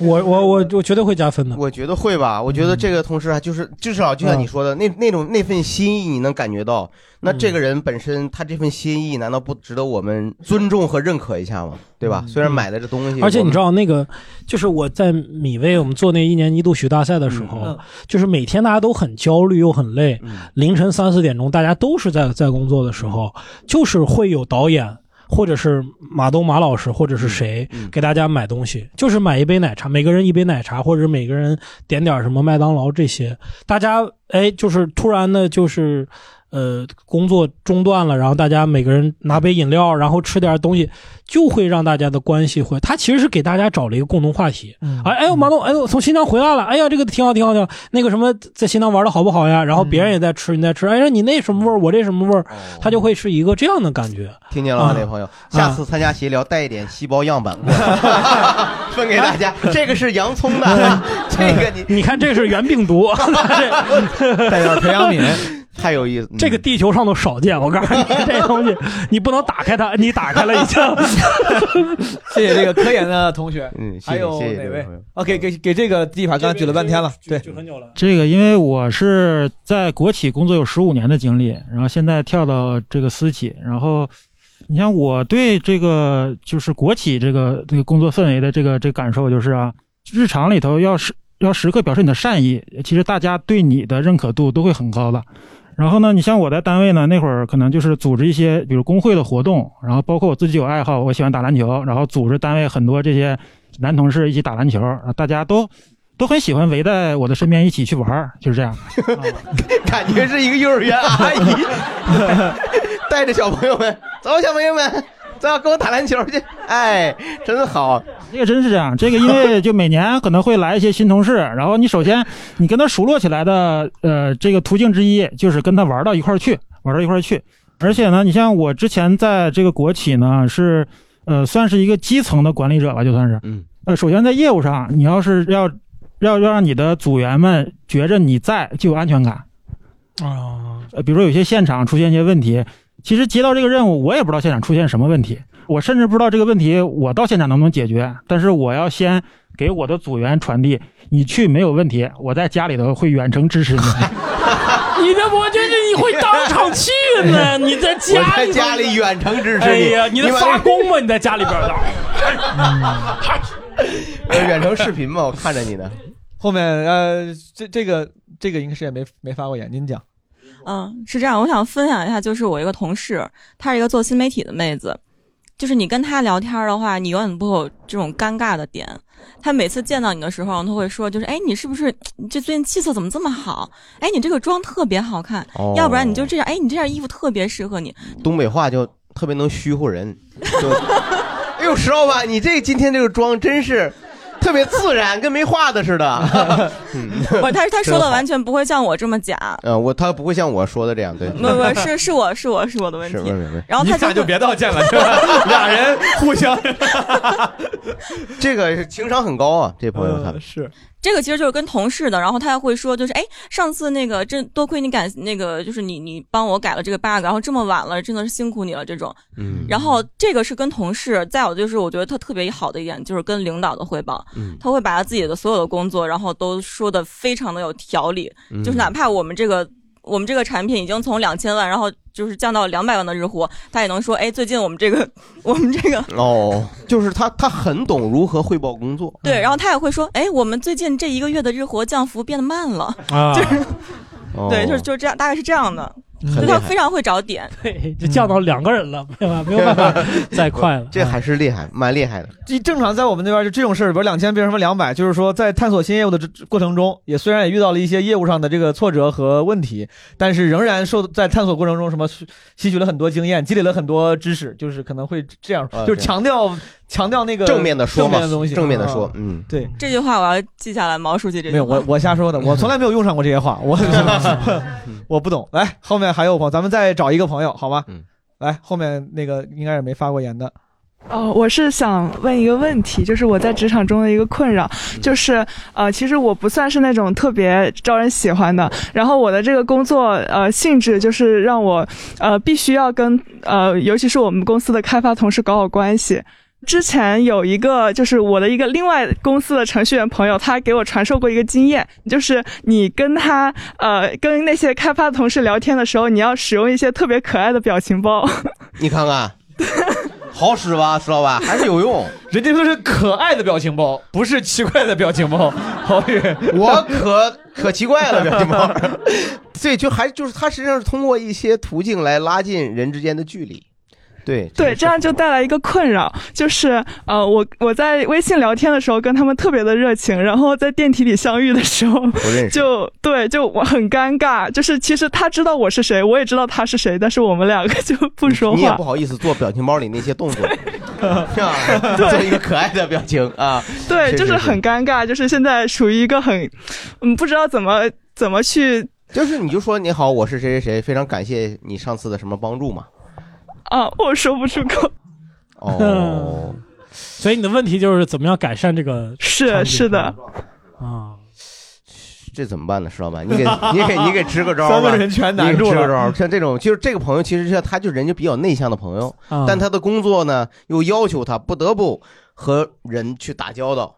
我我我我绝对会加分的。
我觉得会吧，我觉
嗯
得这个同事还就是至少就像你说的、那那种那份心意，你能感觉到。那
嗯
这个人本身他这份心意，难道不值得我们尊重和认可一下吗？对
嗯
吧？虽然买的这东西，
而且你知
我
道那个，就是我在米味我们做那一年一度许大赛的时候，
嗯
就是每天大家都很焦虑又很累，凌晨三四点钟大家都是在在工作的时
嗯
候，就是会有导演。或者是马东马老师，或者是谁
嗯
给大家买东西，就是买一杯奶茶，每个人一杯奶茶，或者是每个人点点什么麦当劳这些，大家哎，就是突然的，就是呃，工作中断了，然后大家每个人拿杯饮料，然后吃点东西，就会让大家的关系会，他其实是给大家找了一个共同话题。
嗯
哎哎呦，马东，哎呦，从新疆回来了，哎呀，这个挺好，挺好，挺好。那个什么，在新疆玩的好不好呀？然后
嗯
别人也在吃，你在吃，哎呀，你那什么味儿，我这什么味儿，他就会是一个这样的感觉。
哦听见了吗，
啊
那位朋友？下次参加协 聊，带一点细胞样本过 来，分给大家。 这个是洋 葱的，这个你
你看，这是原病 毒，
带点
呃
培养皿，
太有意思。
这个地球上都少见，我告诉你，这东西你不能打开它，你打开了已经。
谢谢这个科研的同学，
嗯，
还有哪位？啊，给给给这个地盘，刚才举了半天了，对，
这个因为我是在国企工作有十五年的经历，然后现在跳到这个私企，然后你像我对这个就是国企这个这个工作氛围的这个这个感受就是啊，日常里头要时要时刻表示你的善意，其实大家对你的认可度都会很高的。然后呢，你像我在单位呢，那会儿可能就是组织一些，比如工会的活动，然后包括我自己有爱好，我喜欢打篮球，然后组织单位很多这些男同事一起打篮球，啊，大家都都很喜欢围在我的身边一起去玩儿，就是这样。
感觉是一个幼儿园阿姨 带着小朋友们，走，小朋友们，走，跟我打篮球去。哎，真好。
这个真是这样，这个因为就每年可能会来一些新同事，然后你首先你跟他熟络起来的，呃，这个途径之一就是跟他玩到一块儿去，玩到一块儿去。而且呢，你像我之前在这个国企呢，是呃算是一个基层的管理者吧，就算是，
嗯，
呃，首先在业务上，你要是要要要让你的组员们觉着你在就有安全感，
啊，
呃，比如说有些现场出现一些问题，其实接到这个任务，我也不知道现场出现什么问题，我甚至不知道这个问题我到现场能不能解决，但是我要先给我的组员传递，你去没有问题，我在家里头会远程支持你。
你这我觉得你会当场去 呢，你在家里，
我在家里远程支持
哎
你
呀，你在
你把
发
这
功吗？你在家里边哎的。
呃远程视频嘛，我看着你呢。
后面呃，这这个这个应该是也没没发过言，您讲。
嗯，是这样，我想分享一下，就是我一个同事，她是一个做新媒体的妹子，就是你跟她聊天的话，你永远不会有这种尴尬的点。她每次见到你的时候，她会说，就是哎，你是不是你这最近气色怎么这么好？哎，你这个妆特别好看，
哦
要不然你就这样，哎，你这件衣服特别适合你。
东北话就特别能虚乎 人。就哎呦，石老板，你这今天这个妆真是特别自然，跟没化的似
嗯
的。
不是，她她说
真
的
好
完全不会像我这么假。
嗯呃，我他不会像我说的这样，对。
不 不，是是我是我是我的问
是
题
不是不是。
然后她就
俩
会
别道歉了，是吧？俩人互相， 这个是情商很高啊，这朋友他们
是
这个其实就是跟同事的，然后他还会说，就是哎，上次那个真多亏你改那个，就是你你帮我改了这个 bug，然后这么晚了，真的是辛苦你了这种。
嗯
然后这个是跟同事，再有就是我觉得他特别好的一点就是跟领导的汇报，
嗯
他会把他自己的所有的工作，然后都说的非常的有条理，
嗯
就是哪怕我们这个我们这个产品已经从两千万，然后就是降到两百万的日活，他也能说，哎，最近我们这个我们这个
哦，就是他他很懂如何汇报工作。
对，然后他也会说，哎，我们最近这一个月的日活降幅变得慢了，
啊，
对，就是就是这样，大概是这样的。就他非常会 找点。
对，就降到两个人了，没有 办法，没有办法再快了。
这还是厉害，蛮厉害的。
这正常在我们那边就这种事儿，比如两千变成两百，就是说在探索新业务的这过程中，也虽然也遇到了一些业务上的这个挫折和问题，但是仍然受在探索过程中什么吸吸取了很多经验，积累了很多知识，就是可能会这样，
啊
就是
对
强调强调那个
正面的说
正
嘛
面的东西，
正面的
啊
说嗯
对。
这句话我要记下来，毛书记这
没
句
有，
话
我。我瞎说的，我从来没有用上过这些话，我我不懂。来，后面还有朋友，咱们再找一个朋友，好吗？
嗯，
来，后面那个应该是没发过言的，
哦，我是想问一个问题，就是我在职场中的一个困扰，就是呃，其实我不算是那种特别招人喜欢的，然后我的这个工作呃性质就是让我呃必须要跟呃，尤其是我们公司的开发同事搞好关系。之前有一个，就是我的一个另外公司的程序员朋友，他给我传授过一个经验，就是你跟他呃跟那些开发同事聊天的时候，你要使用一些特别可爱的表情包。
你看 看，好使吧，石老板 啊还是有用。
人家说是可爱的表情包，不是奇怪的表情包。郝宇，
我可可奇怪了，表情包。对，就还就是他实际上是通过一些途径来拉近人之间的距离。对，
对，这样就带来一个困扰，就是呃，我我在微信聊天的时候跟他们特别的热情，然后在电梯里相遇的时候
认识，
就对，就我很尴尬。就是其实他知道我是谁，我也知道他是谁，但是我们两个 就不说
你也
话
不。好意思做表情包里那些动作， 是吧？做一个可爱的表情啊，
对，
是
就是很尴尬，就是现在处于一个很，嗯，不知道怎么怎么去。
就是你就说你好，我是谁谁谁，非常感谢你上次的什么帮助嘛。
啊，我说不出口。
哦，
所以你的问题就是怎么样改善这个？
是是的，
啊，
这怎么办呢，石老 板？你给你给你给支个招吧，
三个人全难住了
你给支个招，像这种就是这个朋友，其实像他就人就比较内向的朋友，
啊
但他的工作呢又要求他不得不和人去打交道。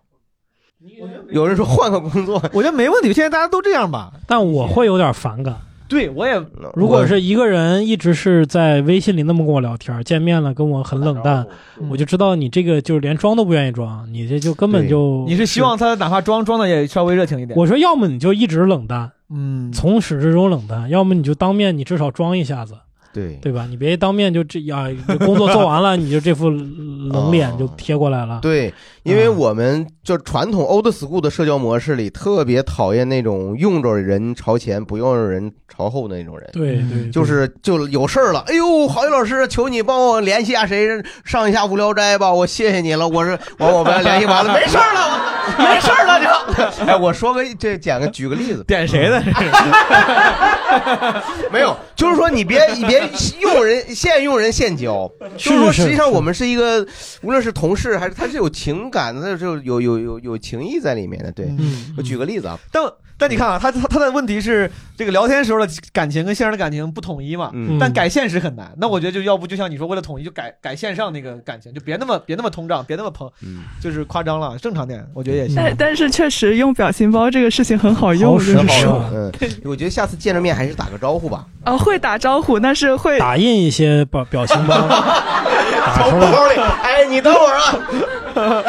有人说换个工作，
我觉得没问题，现在大家都这样吧。
但我会有点反感。
对我也，
如果是一个人一直是在微信里那么跟我聊天，见面了跟我很冷淡，我就知道你这个就是连装都不愿意装，你这就根本就
你是希望他哪怕装装的也稍微热情一点。
我说，要么你就一直冷淡，
嗯，
从始至终冷淡；要么你就当面，你至少装一下子，
对
对吧？你别当面就这啊，工作做完了，你就这副冷脸就贴过来了。
哦
嗯
对，因为我们就传统 old school 的社交模式里，特别讨厌那种用着人朝前不用着人朝后的那种人。
对对
就是就有事儿了，哎呦，郝宇老师，求你帮我联系一下谁，上一下《无聊斋》吧，我谢谢你了。我是 完，我们联系完了，没事儿了，没事儿了就。 哎，我说个这讲个举个例子，
点谁 的？
没有，就是说你别你别用人现用人现教，
是
就是说
是
实际上
是
我们是一个，无论是同事还是他是有情感的，他是有有有有有情谊在里面的。对，我举个例子啊，
嗯但但你看啊，他他他的问题是这个聊天时候的感情跟线上的感情不统一嘛，
嗯
但改现实很难。那我觉得就要不就像你说，为了统一就改改线上那个感情，就别那么别那么通胀，别那么膨，
嗯
就是夸张了，正常点，我觉得也行。
但 但是确实用表情包这个事情很好用，就是说
嗯，我觉得下次见着面还是打个招呼吧。
啊会打招呼，但是会
打印一些表表情包，打出
从
来。
包里，哎，你等会儿 啊，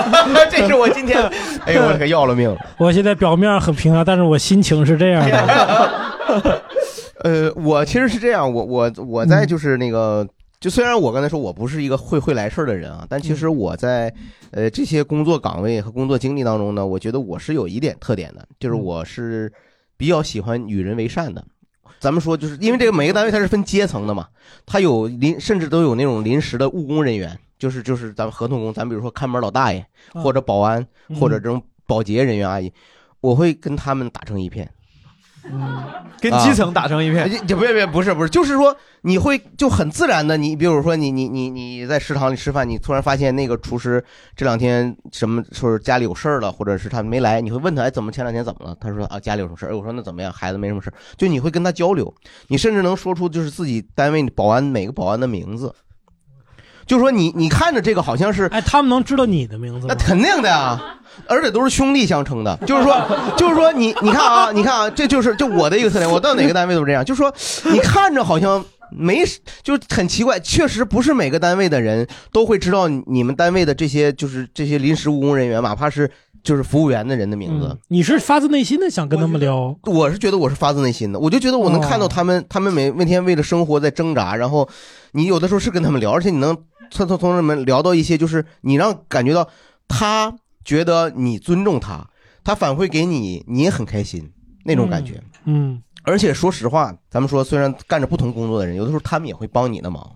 这是我今天， 哎呦，我可要了命了。哎
我现在表面很平常，但是我心情是这样的。
呃，我其实是这样，我我我
嗯
在就是那个，就虽然我刚才说我不是一个会会来事儿的人啊，
嗯
但其实我在呃这些工作岗位和工作经历当中呢，我觉得我是有一点特点的，就是
嗯
我是比较喜欢与人为善的。咱们说，就是因为这个每个单位它是分阶层的嘛，它有临，甚至都有那种临时的务工人员，就是就是咱们合同工，咱比如说看门老大爷，
啊
或者保安，
嗯
或者这种保洁人员阿姨，我会跟他们打成一片。
嗯跟基层打成一片。
这不不不是不是，就是说你会就很自然的，你比如说你你你你在食堂里吃饭，你突然发现那个厨师这两天什么说是家里有事儿了，或者是他没来，你会问他哎怎么前两天怎么了？他说啊家里有什么事儿，哎我说那怎么样？孩子没什么事儿，就你会跟他交流，你甚至能说出就是自己单位保安每个保安的名字。就说你，你看着这个好像是，
哎，他们能知道你的名字吗？
那肯定的呀，而且都是兄弟相称的。就是说，就是说你，你看啊，你看啊，这就是就我的一个特点，我到哪个单位都是这样。就是说，你看着好像没，就是很奇怪，确实不是每个单位的人都会知道你们单位的这些，就是这些临时务工人员，哪怕是就是服务员的人的名字。
你是发自内心的想跟他们聊，
我是觉得我是发自内心的，我就觉得我能看到他们，他们每每天为了生活在挣扎，然后你有的时候是跟他们聊，而且你能从从从他们聊到一些，就是你让感觉到他觉得你尊重他，他反馈给你，你也很开心那种感觉。
嗯，
而且说实话，咱们说虽然干着不同工作的人，有的时候他们也会帮你的忙，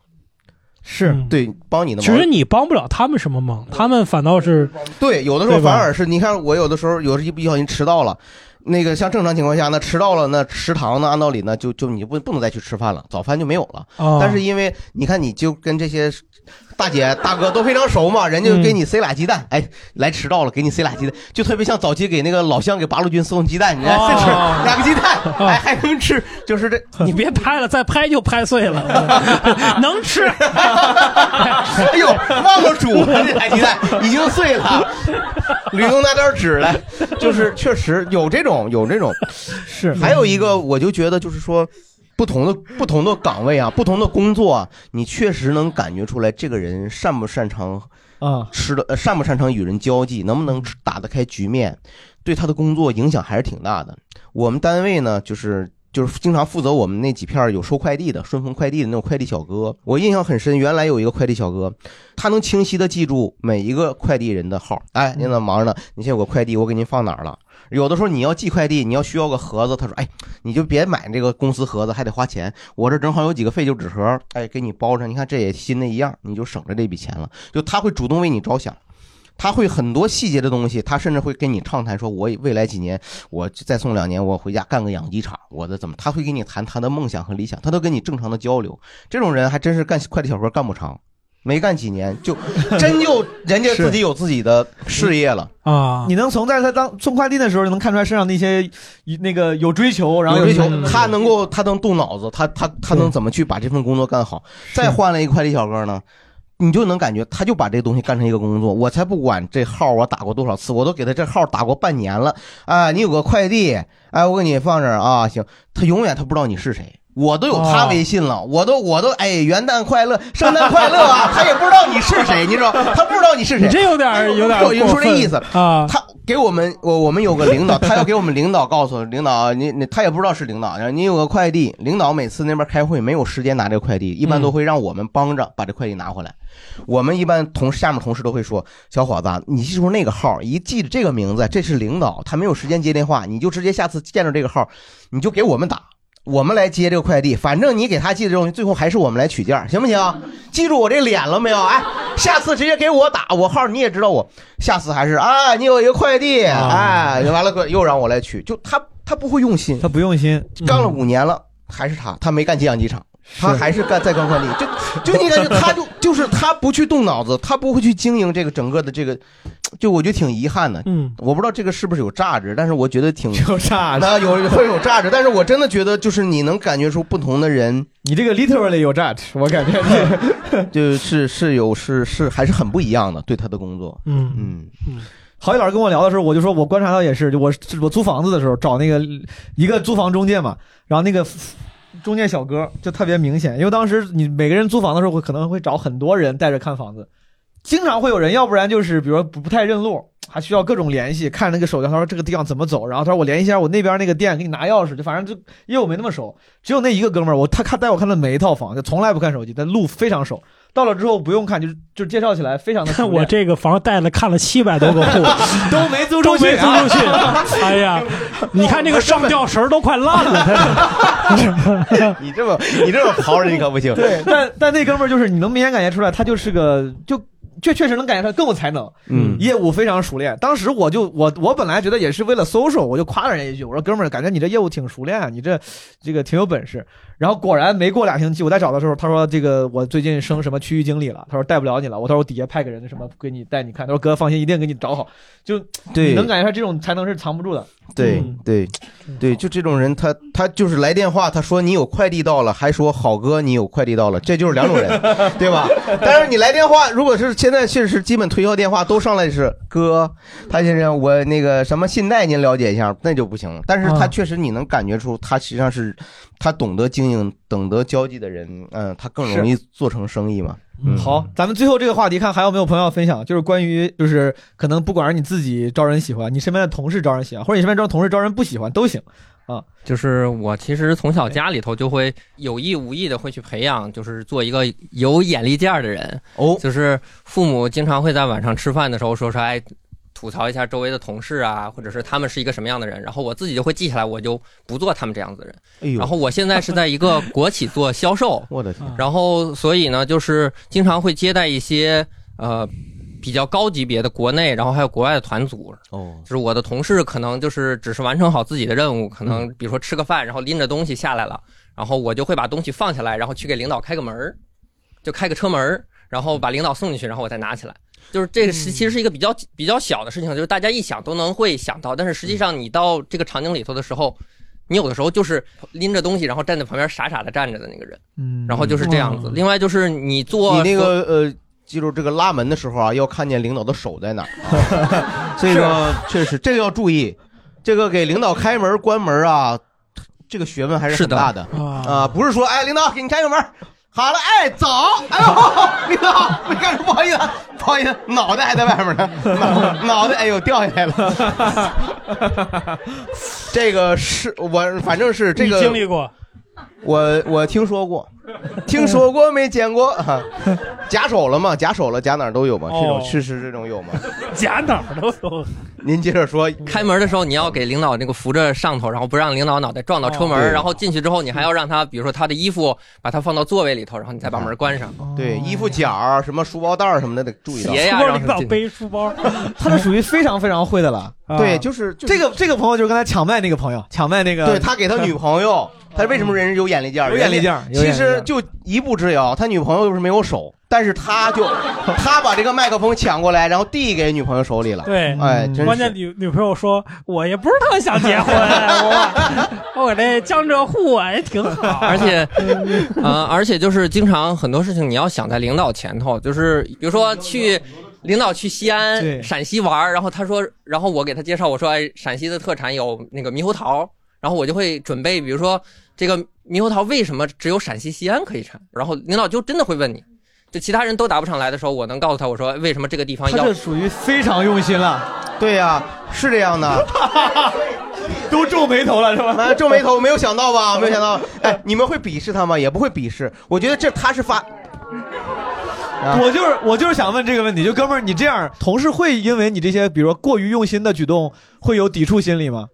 是
对帮你的
其
忙。
实你帮不了他们什么 忙，他们反倒是
对，有的时候
对吧
反而是你看，我有的时候有时一不小心迟到了，那个像正常情况下呢，迟到了那食堂呢，按道理呢就就你不不能再去吃饭了，早饭就没有了。
哦
但是因为你看，你就跟这些大姐大哥都非常熟
嗯
嘛，人家就给你塞俩鸡蛋，哎，来迟到了给你塞俩鸡蛋，就特别像早期给那个老乡给八路军送鸡蛋，你看再吃
哦
两个鸡蛋，哎还能吃，就是这
你别 拍了，再拍就拍碎了，能吃。
哎呦， 忘了煮了这俩鸡蛋已经碎了，吕东拿点纸来，就是确实有这种有这种，
是
还有一个我就觉得就是说。不同的不同的岗位啊，不同的工作啊，你确实能感觉出来这个人擅不擅长
啊，
吃的呃擅不擅长与人交际，能不能吃打得开局面，对他的工作影响还是挺大的。我们单位呢，就是就是经常负责我们那几片儿有收快递的，顺丰快递的那种快递小哥。我印象很深，原来有一个快递小哥，他能清晰的记住每一个快递人的号。哎，您在忙着呢，你现在有个快递，我给您放哪儿了？有的时候你要寄快递，你要需要个盒子，他说：“哎，你就别买这个公司盒子，还得花钱。我这正好有几个废旧纸盒，哎，给你包上。你看这也新的一样，你就省着这笔钱了。”就他会主动为你着想。他会很多细节的东西，他甚至会跟你畅谈说，我未来几年，我再送两年，我回家干个养鸡场，我的怎么？他会跟你谈他的梦想和理想，他都跟你正常的交流。这种人还真是干快递小哥干不长，没干几年就真就人家自己有自己的事业了。
啊，
你能从在他当送快递的时候，你能看出来身上那些那个有追求，然后
有追求，他
能。
能够他能动脑子，他他他能怎么去把这份工作干好？再换了一个快递小哥呢，你就能感觉他就把这东西干成一个工作。我才不管这号我打过多少次，我都给他这号打过半年了啊！你有个快递，哎，我给你放这儿啊，行。他永远他不知道你是谁。我都有他微信
哦
了，我都我都哎，元旦快乐，圣诞快乐啊！他也不知道你是谁，你知道，他不知道你是谁，哎
你这有点儿有点儿
我就说这意思
过分啊
他给我们，我我们有个领导，他要给我们领导告诉领导啊，你你他也不知道是领导，然后你有个快递，领导每次那边开会没有时间拿这个快递，一般都会让我们帮着把这快递拿回来。我们一般同事下面同事都会说，小伙子啊，你记住那个号，一记着这个名字，这是领导，他没有时间接电话，你就直接下次见着这个号，你就给我们打。我们来接这个快递，反正你给他寄的东西，最后还是我们来取件儿，行不行？记住我这脸了没有？哎，下次直接给我打我号，你也知道我。下次还是啊，你有一个快递，哎，完了又让我来取，就他他不会用心，
他不用心，嗯
干了五年了，还是他，他没干进养鸡场，他还是干在干快递，就就 你感觉他就就是他不去动脑子，他不会去经营这个整个的这个，就我觉得挺遗憾的。
嗯，
我不知道这个是不是有价值，但是我觉得挺
有价值
那有会有价值，但是我真的觉得就是你能感觉出不同的人，
你这个 literally 有价值，我感觉
就是是有是是还是很不一样的对他的工作。
嗯
嗯
嗯，
郝宇老师跟我聊的时候，我就说，我观察到也是，就我我租房子的时候找那个一个租房中介嘛，然后那个中介小哥就特别明显，因为当时你每个人租房的时候会可能会找很多人带着看房子，经常会有人，要不然就是比如说不不太认路，还需要各种联系，看那个手机，他说这个地方怎么走，然后他说我联系一下我那边那个店给你拿钥匙，就反正就因为我没那么熟，只有那一个哥们儿，我他看带我看的每一套房，就从来不看手机，但 路非常熟。到了之后不用看，就是就介绍起来非常的熟练。，
我这个房带了看了七百多个 户
都没租
都
出去
没租出去
啊。
哎呀，你看这个上吊绳儿都快烂了。
你这么你这么刨人，你可不行。
对，但但那哥们儿就是你能明显感觉出来，他就是个就。确确实能感觉出来更有才能，
嗯
业务非常熟练。当时我就我我本来觉得也是为了 social，我就夸了人家一句，我说哥们儿，感觉你这业务挺熟练啊，你这这个挺有本事。然后果然没过俩星期，我再找的时候，他说这个我最近升什么区域经理了，他说带不了你了，我到时候底下派个人什么给你带你看，他说哥放心，一定给你找好。就
对
你能感觉出来这种才能是藏不住的。
对
嗯
对对，就这种人，他他就是来电话，他说你有 快 递到了，还说好哥你有快递到了，这就是两种人，对吧？但是你来电话，如果是现在确实基本推销电话都上来是哥，潘先生，我那个什么信贷您了解一下，那就不行了。但是他确实你能感觉出，他实际上是他懂得经营、懂得交际的人，嗯，他更容易
是
做成生意嘛。
嗯，好，咱们最后这个话题，看还有没有朋友要分享，就是关于就是可能不管是你自己招人喜欢，你身边的同事招人喜欢，或者你身边招同事招人不喜欢都行啊。
就是我其实从小家里头就会有意无意的会去培养，就是做一个有眼力见儿的人。
哦，
就是父母经常会在晚上吃饭的时候说说，哎，吐槽一下周围的同事啊，或者是他们是一个什么样的人，然后我自己就会记下来，我就不做他们这样子的人。
哎呦哎
然后我现在是在一个国企做销 售，
我的天，
然后所以呢，就是经常会接待一些呃比较高级别的国内，然后还有国外的团组。
哦，
就是我的同事可能就是只是完成好自己的任务，可能比如说吃个饭，然后拎着东西下来了，然后我就会把东西放下来，然后去给领导开个门儿，就开个车门儿，然后把领导送进去，然后我再拿起来。就是这个是其实是一个比较比较小的事情，就是大家一想都能会想到，但是实际上你到这个场景里头的时候，你有的时候就是拎着东西，然后站在旁边傻傻的站着的那 个人，
嗯
然后就是这样子。另外就是你做
你那个呃，记住这个拉门的时候啊，要看见领导的手在哪儿，所以呢，确实这个要注意，这个给领导开门关门啊，这个学问还是
是
很
的
大的
啊
啊，不是说哎，领导给你开个门。好了，哎，走，哎呦，领导，我干什么？不好意思，不好意思，脑袋还在外面呢，脑脑袋，哎呦，掉下来了。这个是我，反正是这个
你经历过，
我我听说过，听说过没见过啊，夹手了吗？夹手了，夹哪儿都有吗？这种
哦
事实这种有吗？
夹哪儿都
哦
有。
您接着说，
开门的时候你要给领导那个扶着上头，然后不让领导脑袋撞到车门，
哦对
然后进去之后你还要让他，比如说他的衣服，把它放到座位里头，然后你再把
啊
门关上。
对，衣服角儿、啊什么书包袋儿什么的得注意到。
鞋呀然后什么
背 书包，
他这属于非常非常会的了。 啊
对就是
这个这个朋友就是刚才抢麦那个朋友，抢麦那个，
对他给他女朋友，他为什么人是有眼力见儿？
有眼力见儿有眼
其
力见儿
实就一步之遥。他女朋友就是没有手，但是 他就他把这个麦克风抢过来，然后递给女朋友手里了。
对，
嗯
哎，真
关
是
键女女朋友说，我也不是特想结 婚，我 我这江浙沪啊也挺好，
而且，呃，而且就是经常很多事情你要想在领导前头，就是比如说去领导去西
对
安、陕西玩儿，然后他说，然后我给他介绍，我说，哎，陕西的特产有那个猕猴桃，然后我就会准备，比如说这个猕猴桃为什么只有陕西西安可以产，然后领导就真的会问你。就其他人都答不上来的时候，我能告诉他我说为什么这个地方
他
要
这属于非常用心了。
对呀、是这样的。
都皱眉头了是吧？
哎，皱眉头，没有想到吧？没有想到，哎，你们会鄙视他吗？也不会鄙视。我觉得这他是发，
啊
啊
我就是我就是想问这个问题，就哥们儿，你这样同事会因为你这些，比如说过于用心的举动，会有抵触心理吗？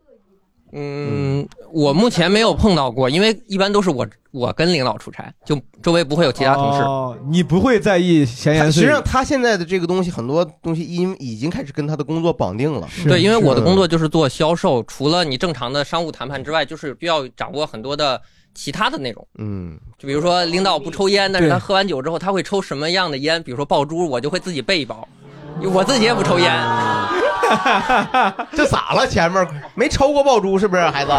嗯，我目前没有碰到过，因为一般都是我我跟领导出差，就周围不会有其他同事。
哦，你不会在意闲言
实
碎
际
语
上。他现在的这个东西，很多东西已经已经开始跟他的工作绑定了。
对，因为我的工作
是
就是做销售，除了你正常的商务谈判之外，就是需要掌握很多的其他的内容。
嗯，
就比如说领导不抽烟，但是
对
他喝完酒之后他会抽什么样的烟？比如说爆珠，我就会自己备一包。我自己也不抽烟，
啊这咋了？前面没抽过爆珠是 不是，孩子？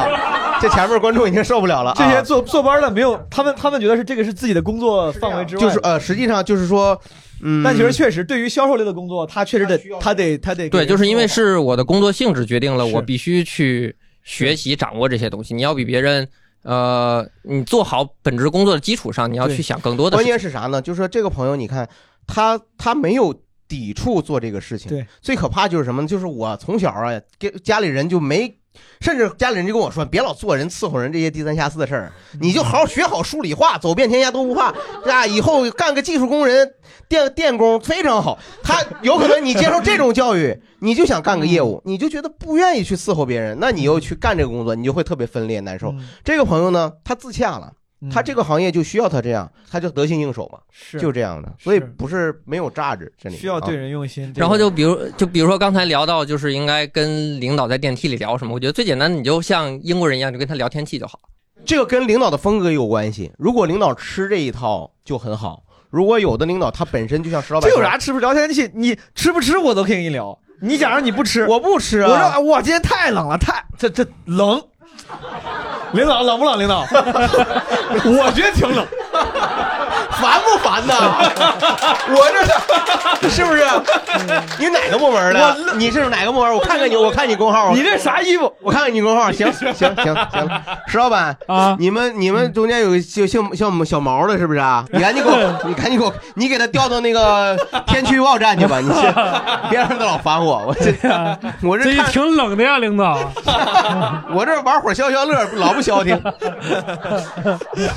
这前面观众已经受不了了啊。
这些坐坐班的没有，他们他们觉得是这个是自己的工作范围之外，
就是呃，实际上就是说，嗯，
但其实确实对于销售类的工作，他确实得他得他得
对，就是因为是我的工作性质决定了
是
我必须去学习掌握这些东西。你要比别人，呃，你做好本职工作的基础上，你要
对
去想更多的事
关
情。
键是啥呢？就是说这个朋友，你看他他没有抵触做这个事情。
对，
最可怕就是什么呢？就是我从小啊，给家里人就没。甚至家里人就跟我说：“别老做人伺候人这些低三下四的事儿，你就好好学好数理化，走遍天下都不怕，啊，以后干个技术工人、电电工非常好。”他有可能你接受这种教育，你就想干个业
嗯
务，你就觉得不愿意去伺候别人，那你又去干这个工作，你就会特别分裂难受。
嗯
这个朋友呢，他自洽了，他这个行业就需要他这样，他就得心应手嘛，
是
就这样的，所以不是没有价值，这里
需要对人
啊
用心。
然后就比如就比如说刚才聊到就是应该跟领导在电梯里聊什么，我觉得最简单的你就像英国人一样，就跟他聊天气就好。
这个跟领导的风格有关系。如果领导吃这一套就很好，如果有的领导他本身就像石老板
这
说
有
的，
啥吃不聊天气？你吃不吃我都可以跟你聊。你假如你不 吃，我
不吃
我说啊我今天太冷了，太这这冷。 领导冷不冷？领导，我觉得挺冷。
烦不烦呐？ 我 这是不是？ 你哪个部门的？你是哪个部门？我看看你，我看你工号。
你这啥衣服？
哦我看看你工号。行行行行了，石老板啊，你们你们中间有个姓姓姓小毛的，是不是啊？你赶紧给我，你赶紧给我，你给他调到那个天气预报站去吧。你是别让他老烦我，我这 我这
这
看
挺冷的呀，领导。
我这玩火消消乐，老不消停。
嗯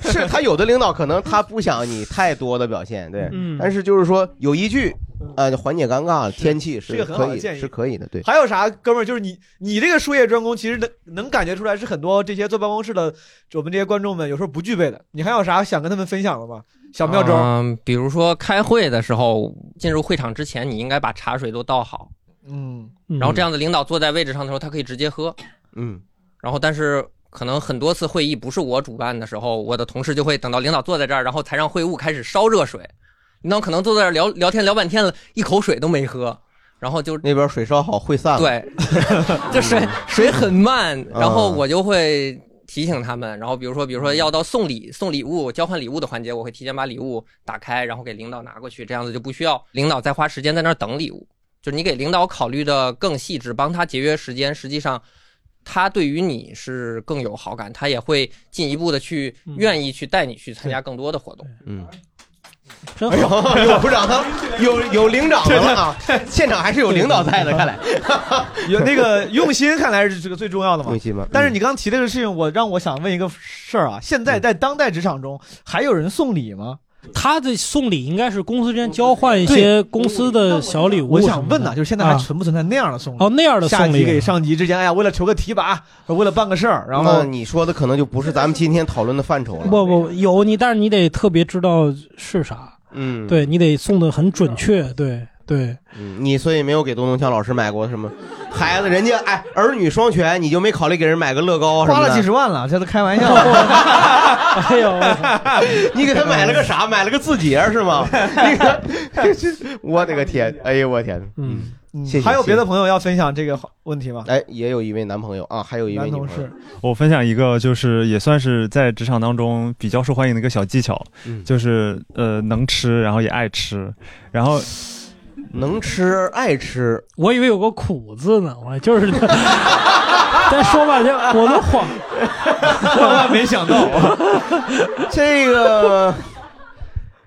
是他有的领导可能他不想你太多的表现，对，
嗯
但是就是说有一句，呃，缓解尴尬，天气
是一个
是
很好
可
的
以
建议
是可以的，对。
还有啥，哥们儿？就是你，你这个术业专攻，其实能能感觉出来，是很多这些坐办公室的我们这些观众们有时候不具备的。你还有啥想跟他们分享的吗？小妙招
啊
儿，
嗯，比如说开会的时候，进入会场之前，你应该把茶水都倒好，
嗯，
然后这样子领导坐在位置上的时候，他可以直接喝。
嗯，
然后但是可能很多次会议不是我主办的时候，我的同事就会等到领导坐在这儿，然后才让会务开始烧热水。领导可能坐在这儿聊聊天聊半天了，一口水都没喝，然后就
那边水烧好会散了，嗯
对， 这水水很慢，
啊
然后我就会提醒他们，然后比如说比如说要到送礼送礼物交换礼物的环节，我会提前把礼物打开，然后给领导拿过去，这样子就不需要领导再花时间在那儿等礼物。就是你给领导考虑的更细致，帮他节约时间，实际上他对于你是更有好感，他也会进一步的去愿意去带你去参加更多的活动。
嗯，
真
哎呦，有部 长的，有有领导的 了啊！现场还是有领导在的，看来。
有那个用心，看来是这个最重要的嘛。
用心嘛
但是你刚提这个事情，我让我想问一个事儿啊，现
嗯
在在当代职场中，还有人送礼吗？
他的送礼应该是公司之间交换一些公司的小礼物。
我想问呢，就是现在还
啊
存不存在那样的送礼？
哦那样的送礼
下级给上级之间，哎呀，为了求个提拔，为了办个事儿，然后
那你说的可能就不是咱们今天讨论的范畴了。
不不有你，但是你得特别知道是啥，
嗯，
对你得送的很准确，对对。
嗯，你所以没有给东东强老师买过什么孩子，人家哎儿女双全，你就没考虑给人买个乐高什么
花
的？
了几十万了， 这都开玩笑。
哎呦，
你给他买了个啥？买了个字节 是吗？那个， 我的个天！哎呦我天！
嗯，
谢谢。
还有别的朋友要分享这个好问题吗？
哎，也有一位男朋友啊，还有一位女朋友。
我分享一个，就是也算是在职场当中比较受欢迎的一个小技巧，
嗯
就是呃能吃，然后也爱吃，然后
能吃爱吃，
我以为有个苦字呢，我就是再说半天，我都 慌，
万万没想到，
这个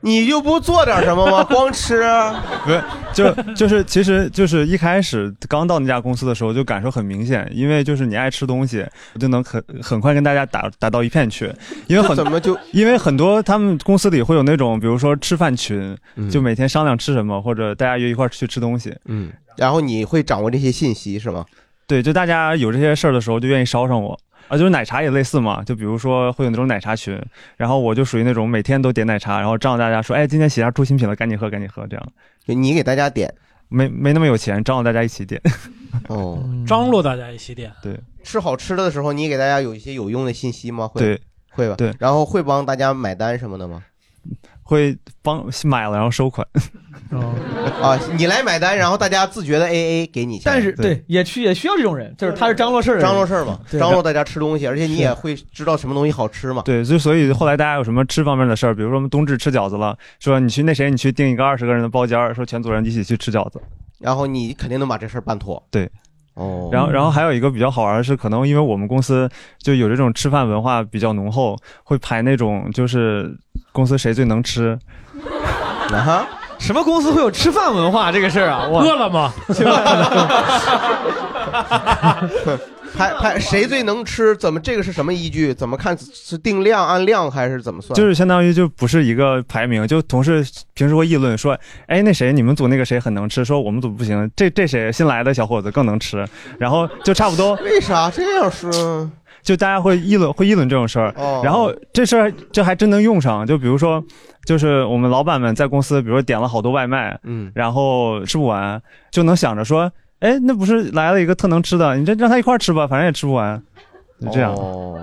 你就不做点什么吗？光 吃？啊
不是，就就是其实就是一开始刚到那家公司的时候就感受很明显，因为就是你爱吃东西，就能很很快跟大家打打到一片去，因为很
怎么就
因为很多他们公司里会有那种比如说吃饭群，就每天商量吃什么，或者大家约一块儿去吃东西，
嗯，然后你会掌握这些信息是吗？
对，就大家有这些事儿的时候，就愿意捎上我。啊，就是奶茶也类似嘛，就比如说会有那种奶茶群，然后我就属于那种每天都点奶茶，然后仗着大家说，哎，今天喜茶出新品了，赶紧喝，赶紧喝，这样。
你给大家点，
没没那么有钱，仗着大家一起点。
哦，
嗯
张罗大家一起点。
对
吃好吃的的时候，你给大家有一些有用的信息吗？会
对，
会吧？
对，
然后会帮大家买单什么的吗？
会帮买了然后收款。
哦
啊，你来买单，然后大家自觉的 A A 给你钱。
但是对，也去也需要这种人，就是他是张罗事儿的人，
张罗事儿嘛，
对
张罗大家吃东西，而且你
是
也会知道什么东西好吃嘛。
对，就所以后来大家有什么吃方面的事儿，比如说我们冬至吃饺子了，说你去那谁，你去订一个二十个人的包间儿，说全组人一起去吃饺子。
然后你肯定能把这事儿办妥。
对，
哦
然后，然后还有一个比较好玩的是，可能因为我们公司就有这种吃饭文化比较浓厚，会排那种就是公司谁最能吃。
啊哈，
什么公司会有吃饭文化这个事儿啊？我
饿了吗？
拍拍谁最能吃？怎么这个是什么依据？怎么看是定量按量还是怎么算？
就是相当于就不是一个排名，就同事平时会议论说，哎，那谁你们组那个谁很能吃，说我们组不行，这这谁新来的小伙子更能吃，然后就差不多。
为啥这样说？
就大家会议论会议论这种事儿，
哦
然后这事儿这还真能用上。就比如说，就是我们老板们在公司，比如说点了好多外卖，
嗯，
然后吃不完，就能想着说，哎，那不是来了一个特能吃的，你这让他一块儿吃吧，反正也吃不完，就这样。
哦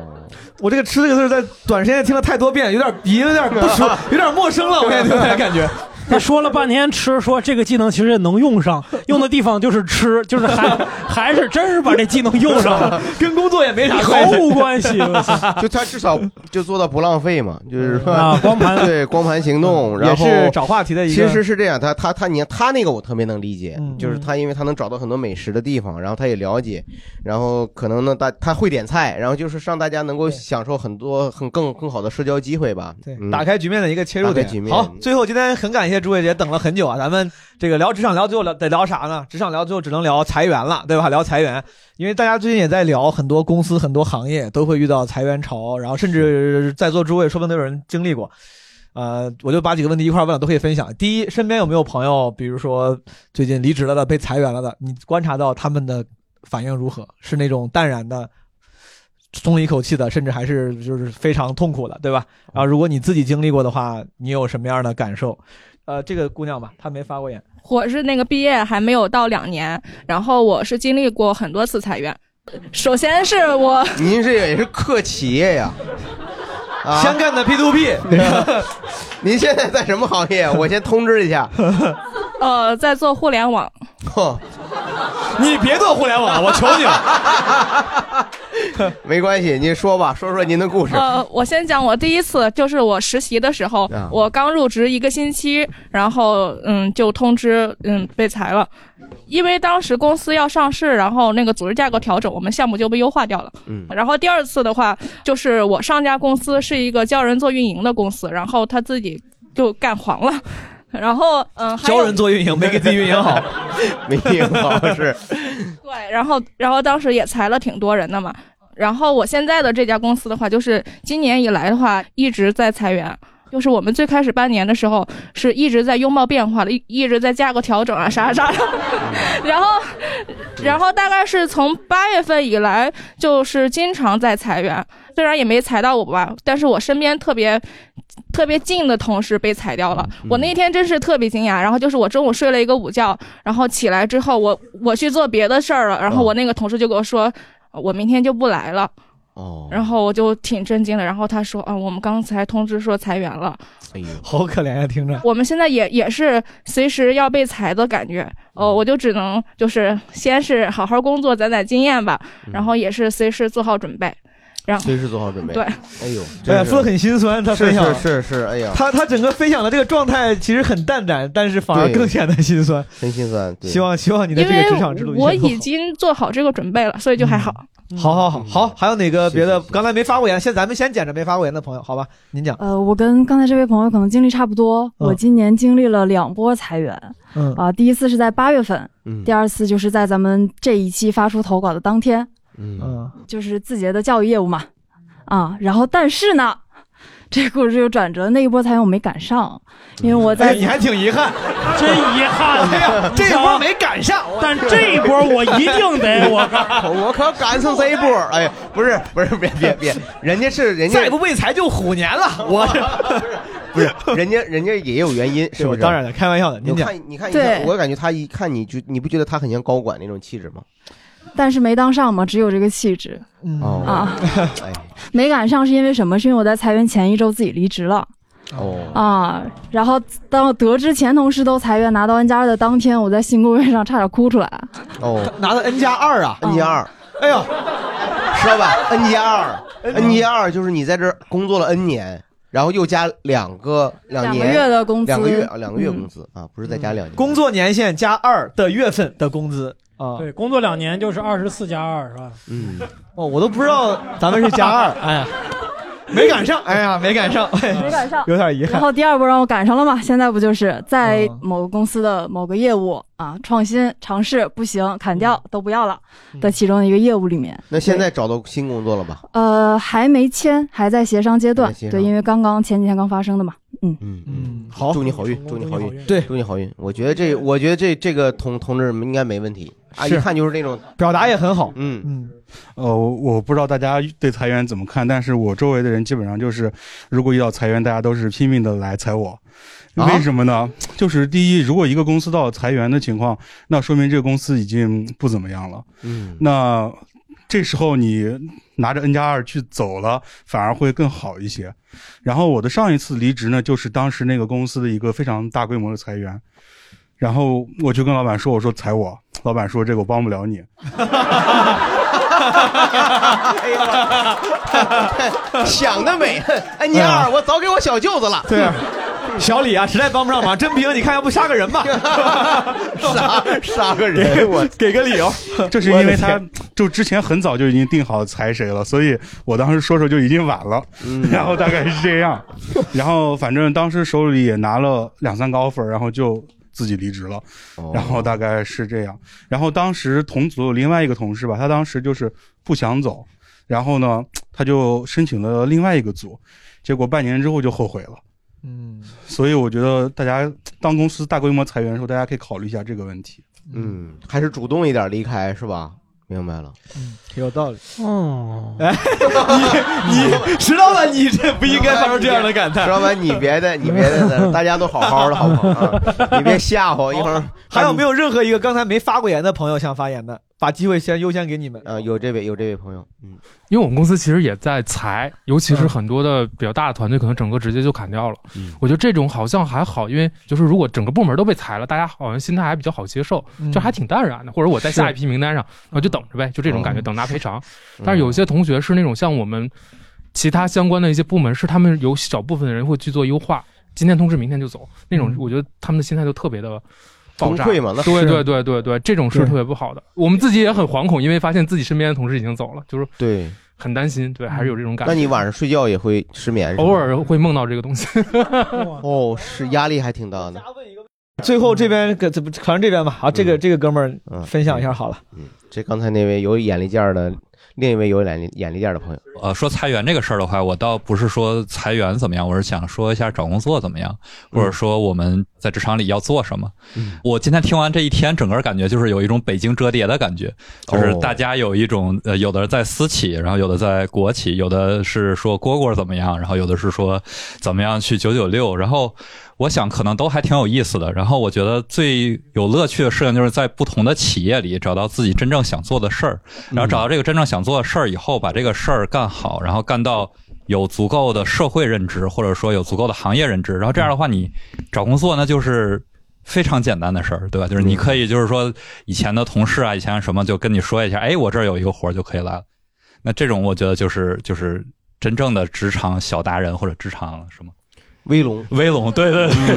我这个 “ 吃”这个字儿在短时间内听了太多遍，有点鼻有点不熟，有点陌生了，我现在听起来感觉。
这说了半天吃，说这个技能其实也能用上，用的地方就是吃，就是还还是真是把这技能用上了，
跟工作也没啥
毫无关系。我操
就他至少就做到不浪费嘛，就是说
啊光盘
对光盘行动，
嗯
然后
也是找话题的一个
其实是这样，他他他，你看他那个我特别能理解，
嗯
就是他因为他能找到很多美食的地方，然后他也了解，然后可能呢大他会点菜，然后就是让大家能够享受很多很更更好的社交机会吧。
对
嗯
打开局面的一个切入点
打开局。面
好，最后今天很感谢诸位姐等了很久啊，咱们这个聊职场聊最后聊得聊啥呢？职场聊最后只能聊裁员了，对吧？聊裁员，因为大家最近也在聊很多公司、很多行业都会遇到裁员潮，然后甚至在座诸位说不定都有人经历过。呃，我就把几个问题一块儿问了，都可以分享。第一，身边有没有朋友，比如说最近离职了的、被裁员了的，你观察到他们的反应如何？是那种淡然的，松了一口气的，甚至还是就是非常痛苦的，对吧？然后如果你自己经历过的话，你有什么样的感受？呃，这个姑娘吧，她没发过言，
我是那个毕业还没有到两年，然后我是经历过很多次裁员。首先是我，
您这也是克企 业呀、啊
先干的 P to P。
您现在在什么行业？我先通知一下。
呃，在做互联网，
你别做互联网，我求你了。
没关系，您说吧，说说您的故事。
呃，我先讲我第一次，就是我实习的时候，
啊
我刚入职一个星期，然后嗯就通知嗯被裁了，因为当时公司要上市，然后那个组织架构调整，我们项目就被优化掉了。
嗯
然后第二次的话，就是我上家公司是一个教人做运营的公司，然后他自己就干黄了，然后嗯、还有
教人做运营，没给自己运营好，
没运营好是。
对，然后然后当时也裁了挺多人的嘛。然后我现在的这家公司的话，就是今年以来的话一直在裁员。就是我们最开始半年的时候，是一直在拥抱变化的，一一直在价格调整啊，啥啥啥。然后，然后大概是从八月份以来，就是经常在裁员。虽然也没裁到我吧，但是我身边特别特别近的同事被裁掉了。我那天真是特别惊讶。然后就是我中午睡了一个午觉，然后起来之后我，我去做别的事儿了。然后我那个同事就跟我说，我明天就不来了。
哦，
然后我就挺震惊的。然后他说啊，我们刚才通知说裁员了。
哎呦，
好可怜呀、听着。
我们现在也也是随时要被裁的感觉，呃，我就只能就是先是好好工作，攒攒经验吧，然后也是随时做好准备，然后
随时做好准备。
对
哎呦，
哎呀，
真是
说的很心酸，她
是
分享
是是是，哎呀，
她她整个分享的这个状态其实很淡然，但是反而
对
更显得心酸。
真心酸。对
希望希望你的
因
这个
为
职场之路一
我
切都
已经做好这个准备了，所以就还好。
好好好好，还有哪个别的？刚才没发过言，先咱们先捡着没发过言的朋友，好吧？您讲。
呃，我跟刚才这位朋友可能经历差不多，我今年经历了两波裁员，
嗯
啊、第一次是在八月份，
嗯
第二次就是在咱们这一期发出投稿的当天，
嗯，
就是字节的教育业务嘛，啊，然后但是呢，这个故事有转折，那一波裁员我没赶上，因为我在、
哎，你还挺遗憾，
真遗 憾
哎呀，这波没赶上，
但这一波我一定 得我
靠，我可赶上这一波。哎呀，不是不是，别别别，人家是人家
再不被裁就虎年了。我
不是人家人家也有原因，是不
我
是？
当然了，开玩笑的。
你
您讲
看，，你看一下
对，
我感觉他一看你就，你不觉得他很像高管那种气质吗？
但是没当上嘛，只有这个气质，
嗯
哦
啊，
哎，
没赶上是因为什么？是因为我在裁员前一周自己离职了。
哦，
啊，然后当我得知前同事都裁员拿到 N 加二的当天，我在新工位上差点哭出来。
哦，
拿到 N 加二啊
，N 加二，
哎呦，
石老板，N 加二，N 加二就是你在这儿工作了 N 年，然后又加两个两年
两个月的工资嗯
两个月啊，两个月工资啊，不是再加两年。
工作年限加二的月份的工资啊。
对，工作两年就是二十四加二，是吧？
嗯，
哦，我都不知道咱们是加二，哎呀，没赶上，哎呀，没赶上，没
没赶上
有点遗憾
然。后第二波让我赶上了嘛，现在不就是在
嗯
某个公司的某个业务啊，创新尝试不行，砍
嗯
掉都不要了的其中一个业务里面。
那现在找到新工作了吧？
呃，还没签，还在协商阶段
还在协。商
对，因为刚刚前几天刚发生的嘛。嗯
嗯嗯，好，祝你好运，祝你好运，
对，
祝你好运。我觉得这，我觉得这这个同同志们应该没问题啊，一
是
看就是那种
表达也很好，
嗯
嗯，
呃，我我不知道大家对裁员怎么看，但是我周围的人基本上就是，如果遇到裁员，大家都是拼命的来裁我。为什么呢？就是第一，如果一个公司到裁员的情况，那说明这个公司已经不怎么样了。
嗯，
那这时候你拿着 N 加二去走了，反而会更好一些。然后我的上一次离职呢，就是当时那个公司的一个非常大规模的裁员，然后我就跟老板说：“我说裁我。”老板说：“这个我帮不了你。”
嗯 哎
哎
想得美！哎，你二，我早给我小舅子了。
对啊， 小李啊，实在帮不上忙，真平，你看要不杀个 人吧？
杀杀个
给
人，我
给个理由。
这是因为他就之前很早就已经定好裁谁了，所以我当时说说就已经晚了。
嗯
然后大概是这样，然后反正当时手里也拿了两三个 offer，然后就自己离职了。
哦
然后大概是这样。然后当时同组有另外一个同事吧，他当时就是不想走，然后呢他就申请了另外一个组，结果半年之后就后悔了。
嗯，
所以我觉得大家当公司大规模裁员的时候，大家可以考虑一下这个问题。
嗯，还是主动一点离开是吧？明白了。
有道理。
哦，
哎，你你石老板，你这不应该发出这样的感叹。
石老板，你别的，哎你别的，大家都好好的，好不好？啊你别吓 唬，一会儿
哦还有没有任何一个刚才没发过言的朋友想发言的？ 把机会先优先给你们。
啊，有这位有这位朋友，嗯，
因为我们公司其实也在裁，尤其
嗯
是很多的比较大的团队，可能整个直接就砍掉了。
嗯
我觉得这种好像还好，因为就是如果整个部门都被裁了，大家好像心态还比较好接受，
嗯
就还挺淡然的。或者我在下一批名单上，然后就等着呗，就这种感觉，
嗯
等拿赔偿
嗯。
但是有些同学是那种像我们其他相关的一些部门，是他们有小部分人会去做优化，今天通知明天就走那种
嗯，
我觉得他们的心态就特别的。爆炸
崩溃嘛那
对
是
对对对对，这种是
对
特别不好的。我们自己也很惶恐，因为发现自己身边的同事已经走了，就是
对，
很担心，对，还是有这种感觉。
那你晚上睡觉也会失眠是吧？
偶尔会梦到这个东西。
哦，是压力还挺大的。
最后哦这边给，这不传这边吧。啊，这
嗯
个这个哥们儿分享一下好了。
这刚才那位有眼力见儿的，另一位有眼力眼力见儿的朋友，
呃，说裁员这个事儿的话，我倒不是说裁员怎么样，我是想说一下找工作怎么样，或者说我们在职场里要做什么。
嗯
我今天听完这一天，整个感觉就是有一种北京折叠的感觉，就是大家有一种呃，有的在私企，然后有的在国企，有的是说蝈蝈怎么样，然后有的是说怎么样去九九六，然后我想可能都还挺有意思的。然后我觉得最有乐趣的事情就是在不同的企业里找到自己真正想做的事儿，然后找到这个真正想做的事儿以后，把这个事儿干好，然后干到。有足够的社会认知，或者说有足够的行业认知，然后这样的话，你找工作那就是非常简单的事儿，对吧？就是你可以就是说以前的同事啊，以前什么就跟你说一下，哎，我这儿有一个活儿就可以来了。那这种我觉得就是就是真正的职场小达人或者职场什么
威龙，嗯
威龙，对对对。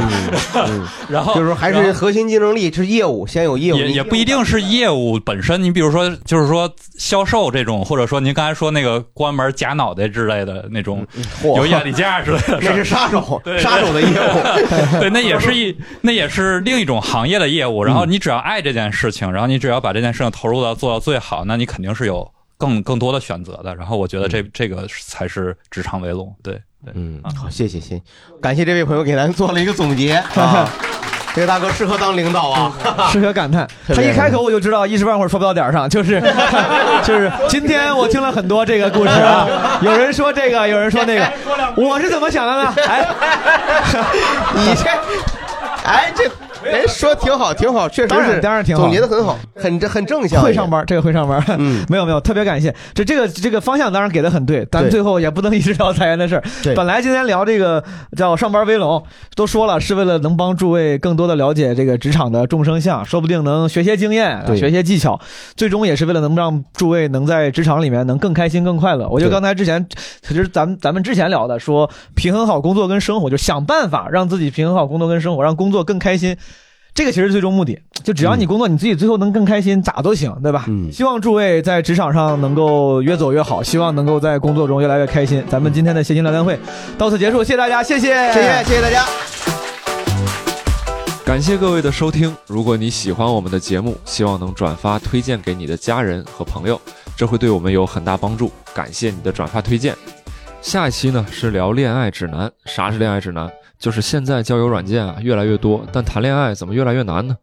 然后
就是说还
然
是
后
核心竞争力是业务，先有业务，
也
你
也不一定是业务本身。你比如说，就是说销售这种，或者说您刚才说那个关门夹脑袋之类的那种，
嗯嚯
有眼力见儿之类的事
那
儿，
是杀手
对，对
杀手的业务，
对，那也是一，那也是另一种行业的业务。然后
嗯
你只要爱这件事情，然后你只要把这件事情投入到做到最好，那你肯定是有更更多的选择的。然后我觉得这、这个才是职场为龙，对对，啊
嗯，好，谢谢谢谢，感谢这位朋友给咱做了一个总 结啊，这个大哥适合当领导啊，
适合感叹。
特
他
别
一开口我就知道一时半会儿说不到点儿上，就是 就是今天我听了很多这个故事啊，有人说这个，有人说那个，我是怎么想的呢？哎，
你这，哎这。哎，说挺好，挺好，确实
当然
是，
当然挺好
总结的很好，很很正向，
会上班，这个会上班。嗯， 没有没有，特别感谢。这这个这个方向当然给的很对，咱
对
最后也不能一直聊裁员的事儿。
对
本来今天聊这个叫上班威龙，都说了是为了能帮诸位更多的了解这个职场的众生相，说不定能学些经验，
对
学些技巧，最终也是为了能让诸位能在职场里面能更开心、更快乐。我觉得
对
刚才之前，其实咱们咱们之前聊的说平衡好工作跟生活，就想办法让自己平衡好工作跟生活，让工作更开心。这个其实是最终目的，就只要你工作你自己最后能更开心，咋都行，对吧？希望诸位在职场上能够越走越好，希望能够在工作中越来越开心。咱们今天的谐星聊天会到此结束，谢谢大家，谢谢，
谢谢谢谢大家。
感谢各位的收听。如果你喜欢我们的节目，希望能转发推荐给你的家人和朋友，这会对我们有很大帮助。感谢你的转发推荐。下一期呢是聊恋爱指南。啥是恋爱指南？就是现在交友软件啊越来越多，但谈恋爱怎么越来越难呢？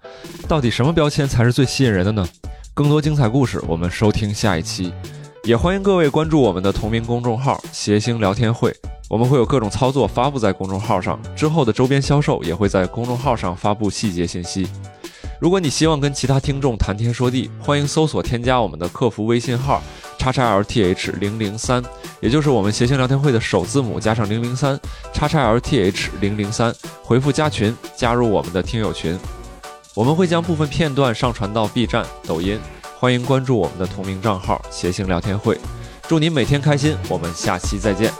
到底什么标签才是最吸引人的呢？更多精彩故事，我们收听下一期。也欢迎各位关注我们的同名公众号“谐星聊天会”，我们会有各种操作发布在公众号上，之后的周边销售也会在公众号上发布细节信息。如果你希望跟其他听众谈天说地，欢迎搜索添加我们的客服微信号“叉叉 LTH 零零三，也就是我们谐星聊天会的首字母加上零零三，叉叉 LTH 零零三，回复加群，加入我们的听友群。我们会将部分片段上传到 B 站、抖音，欢迎关注我们的同名账号“谐星聊天会”。祝您每天开心，我们下期再见。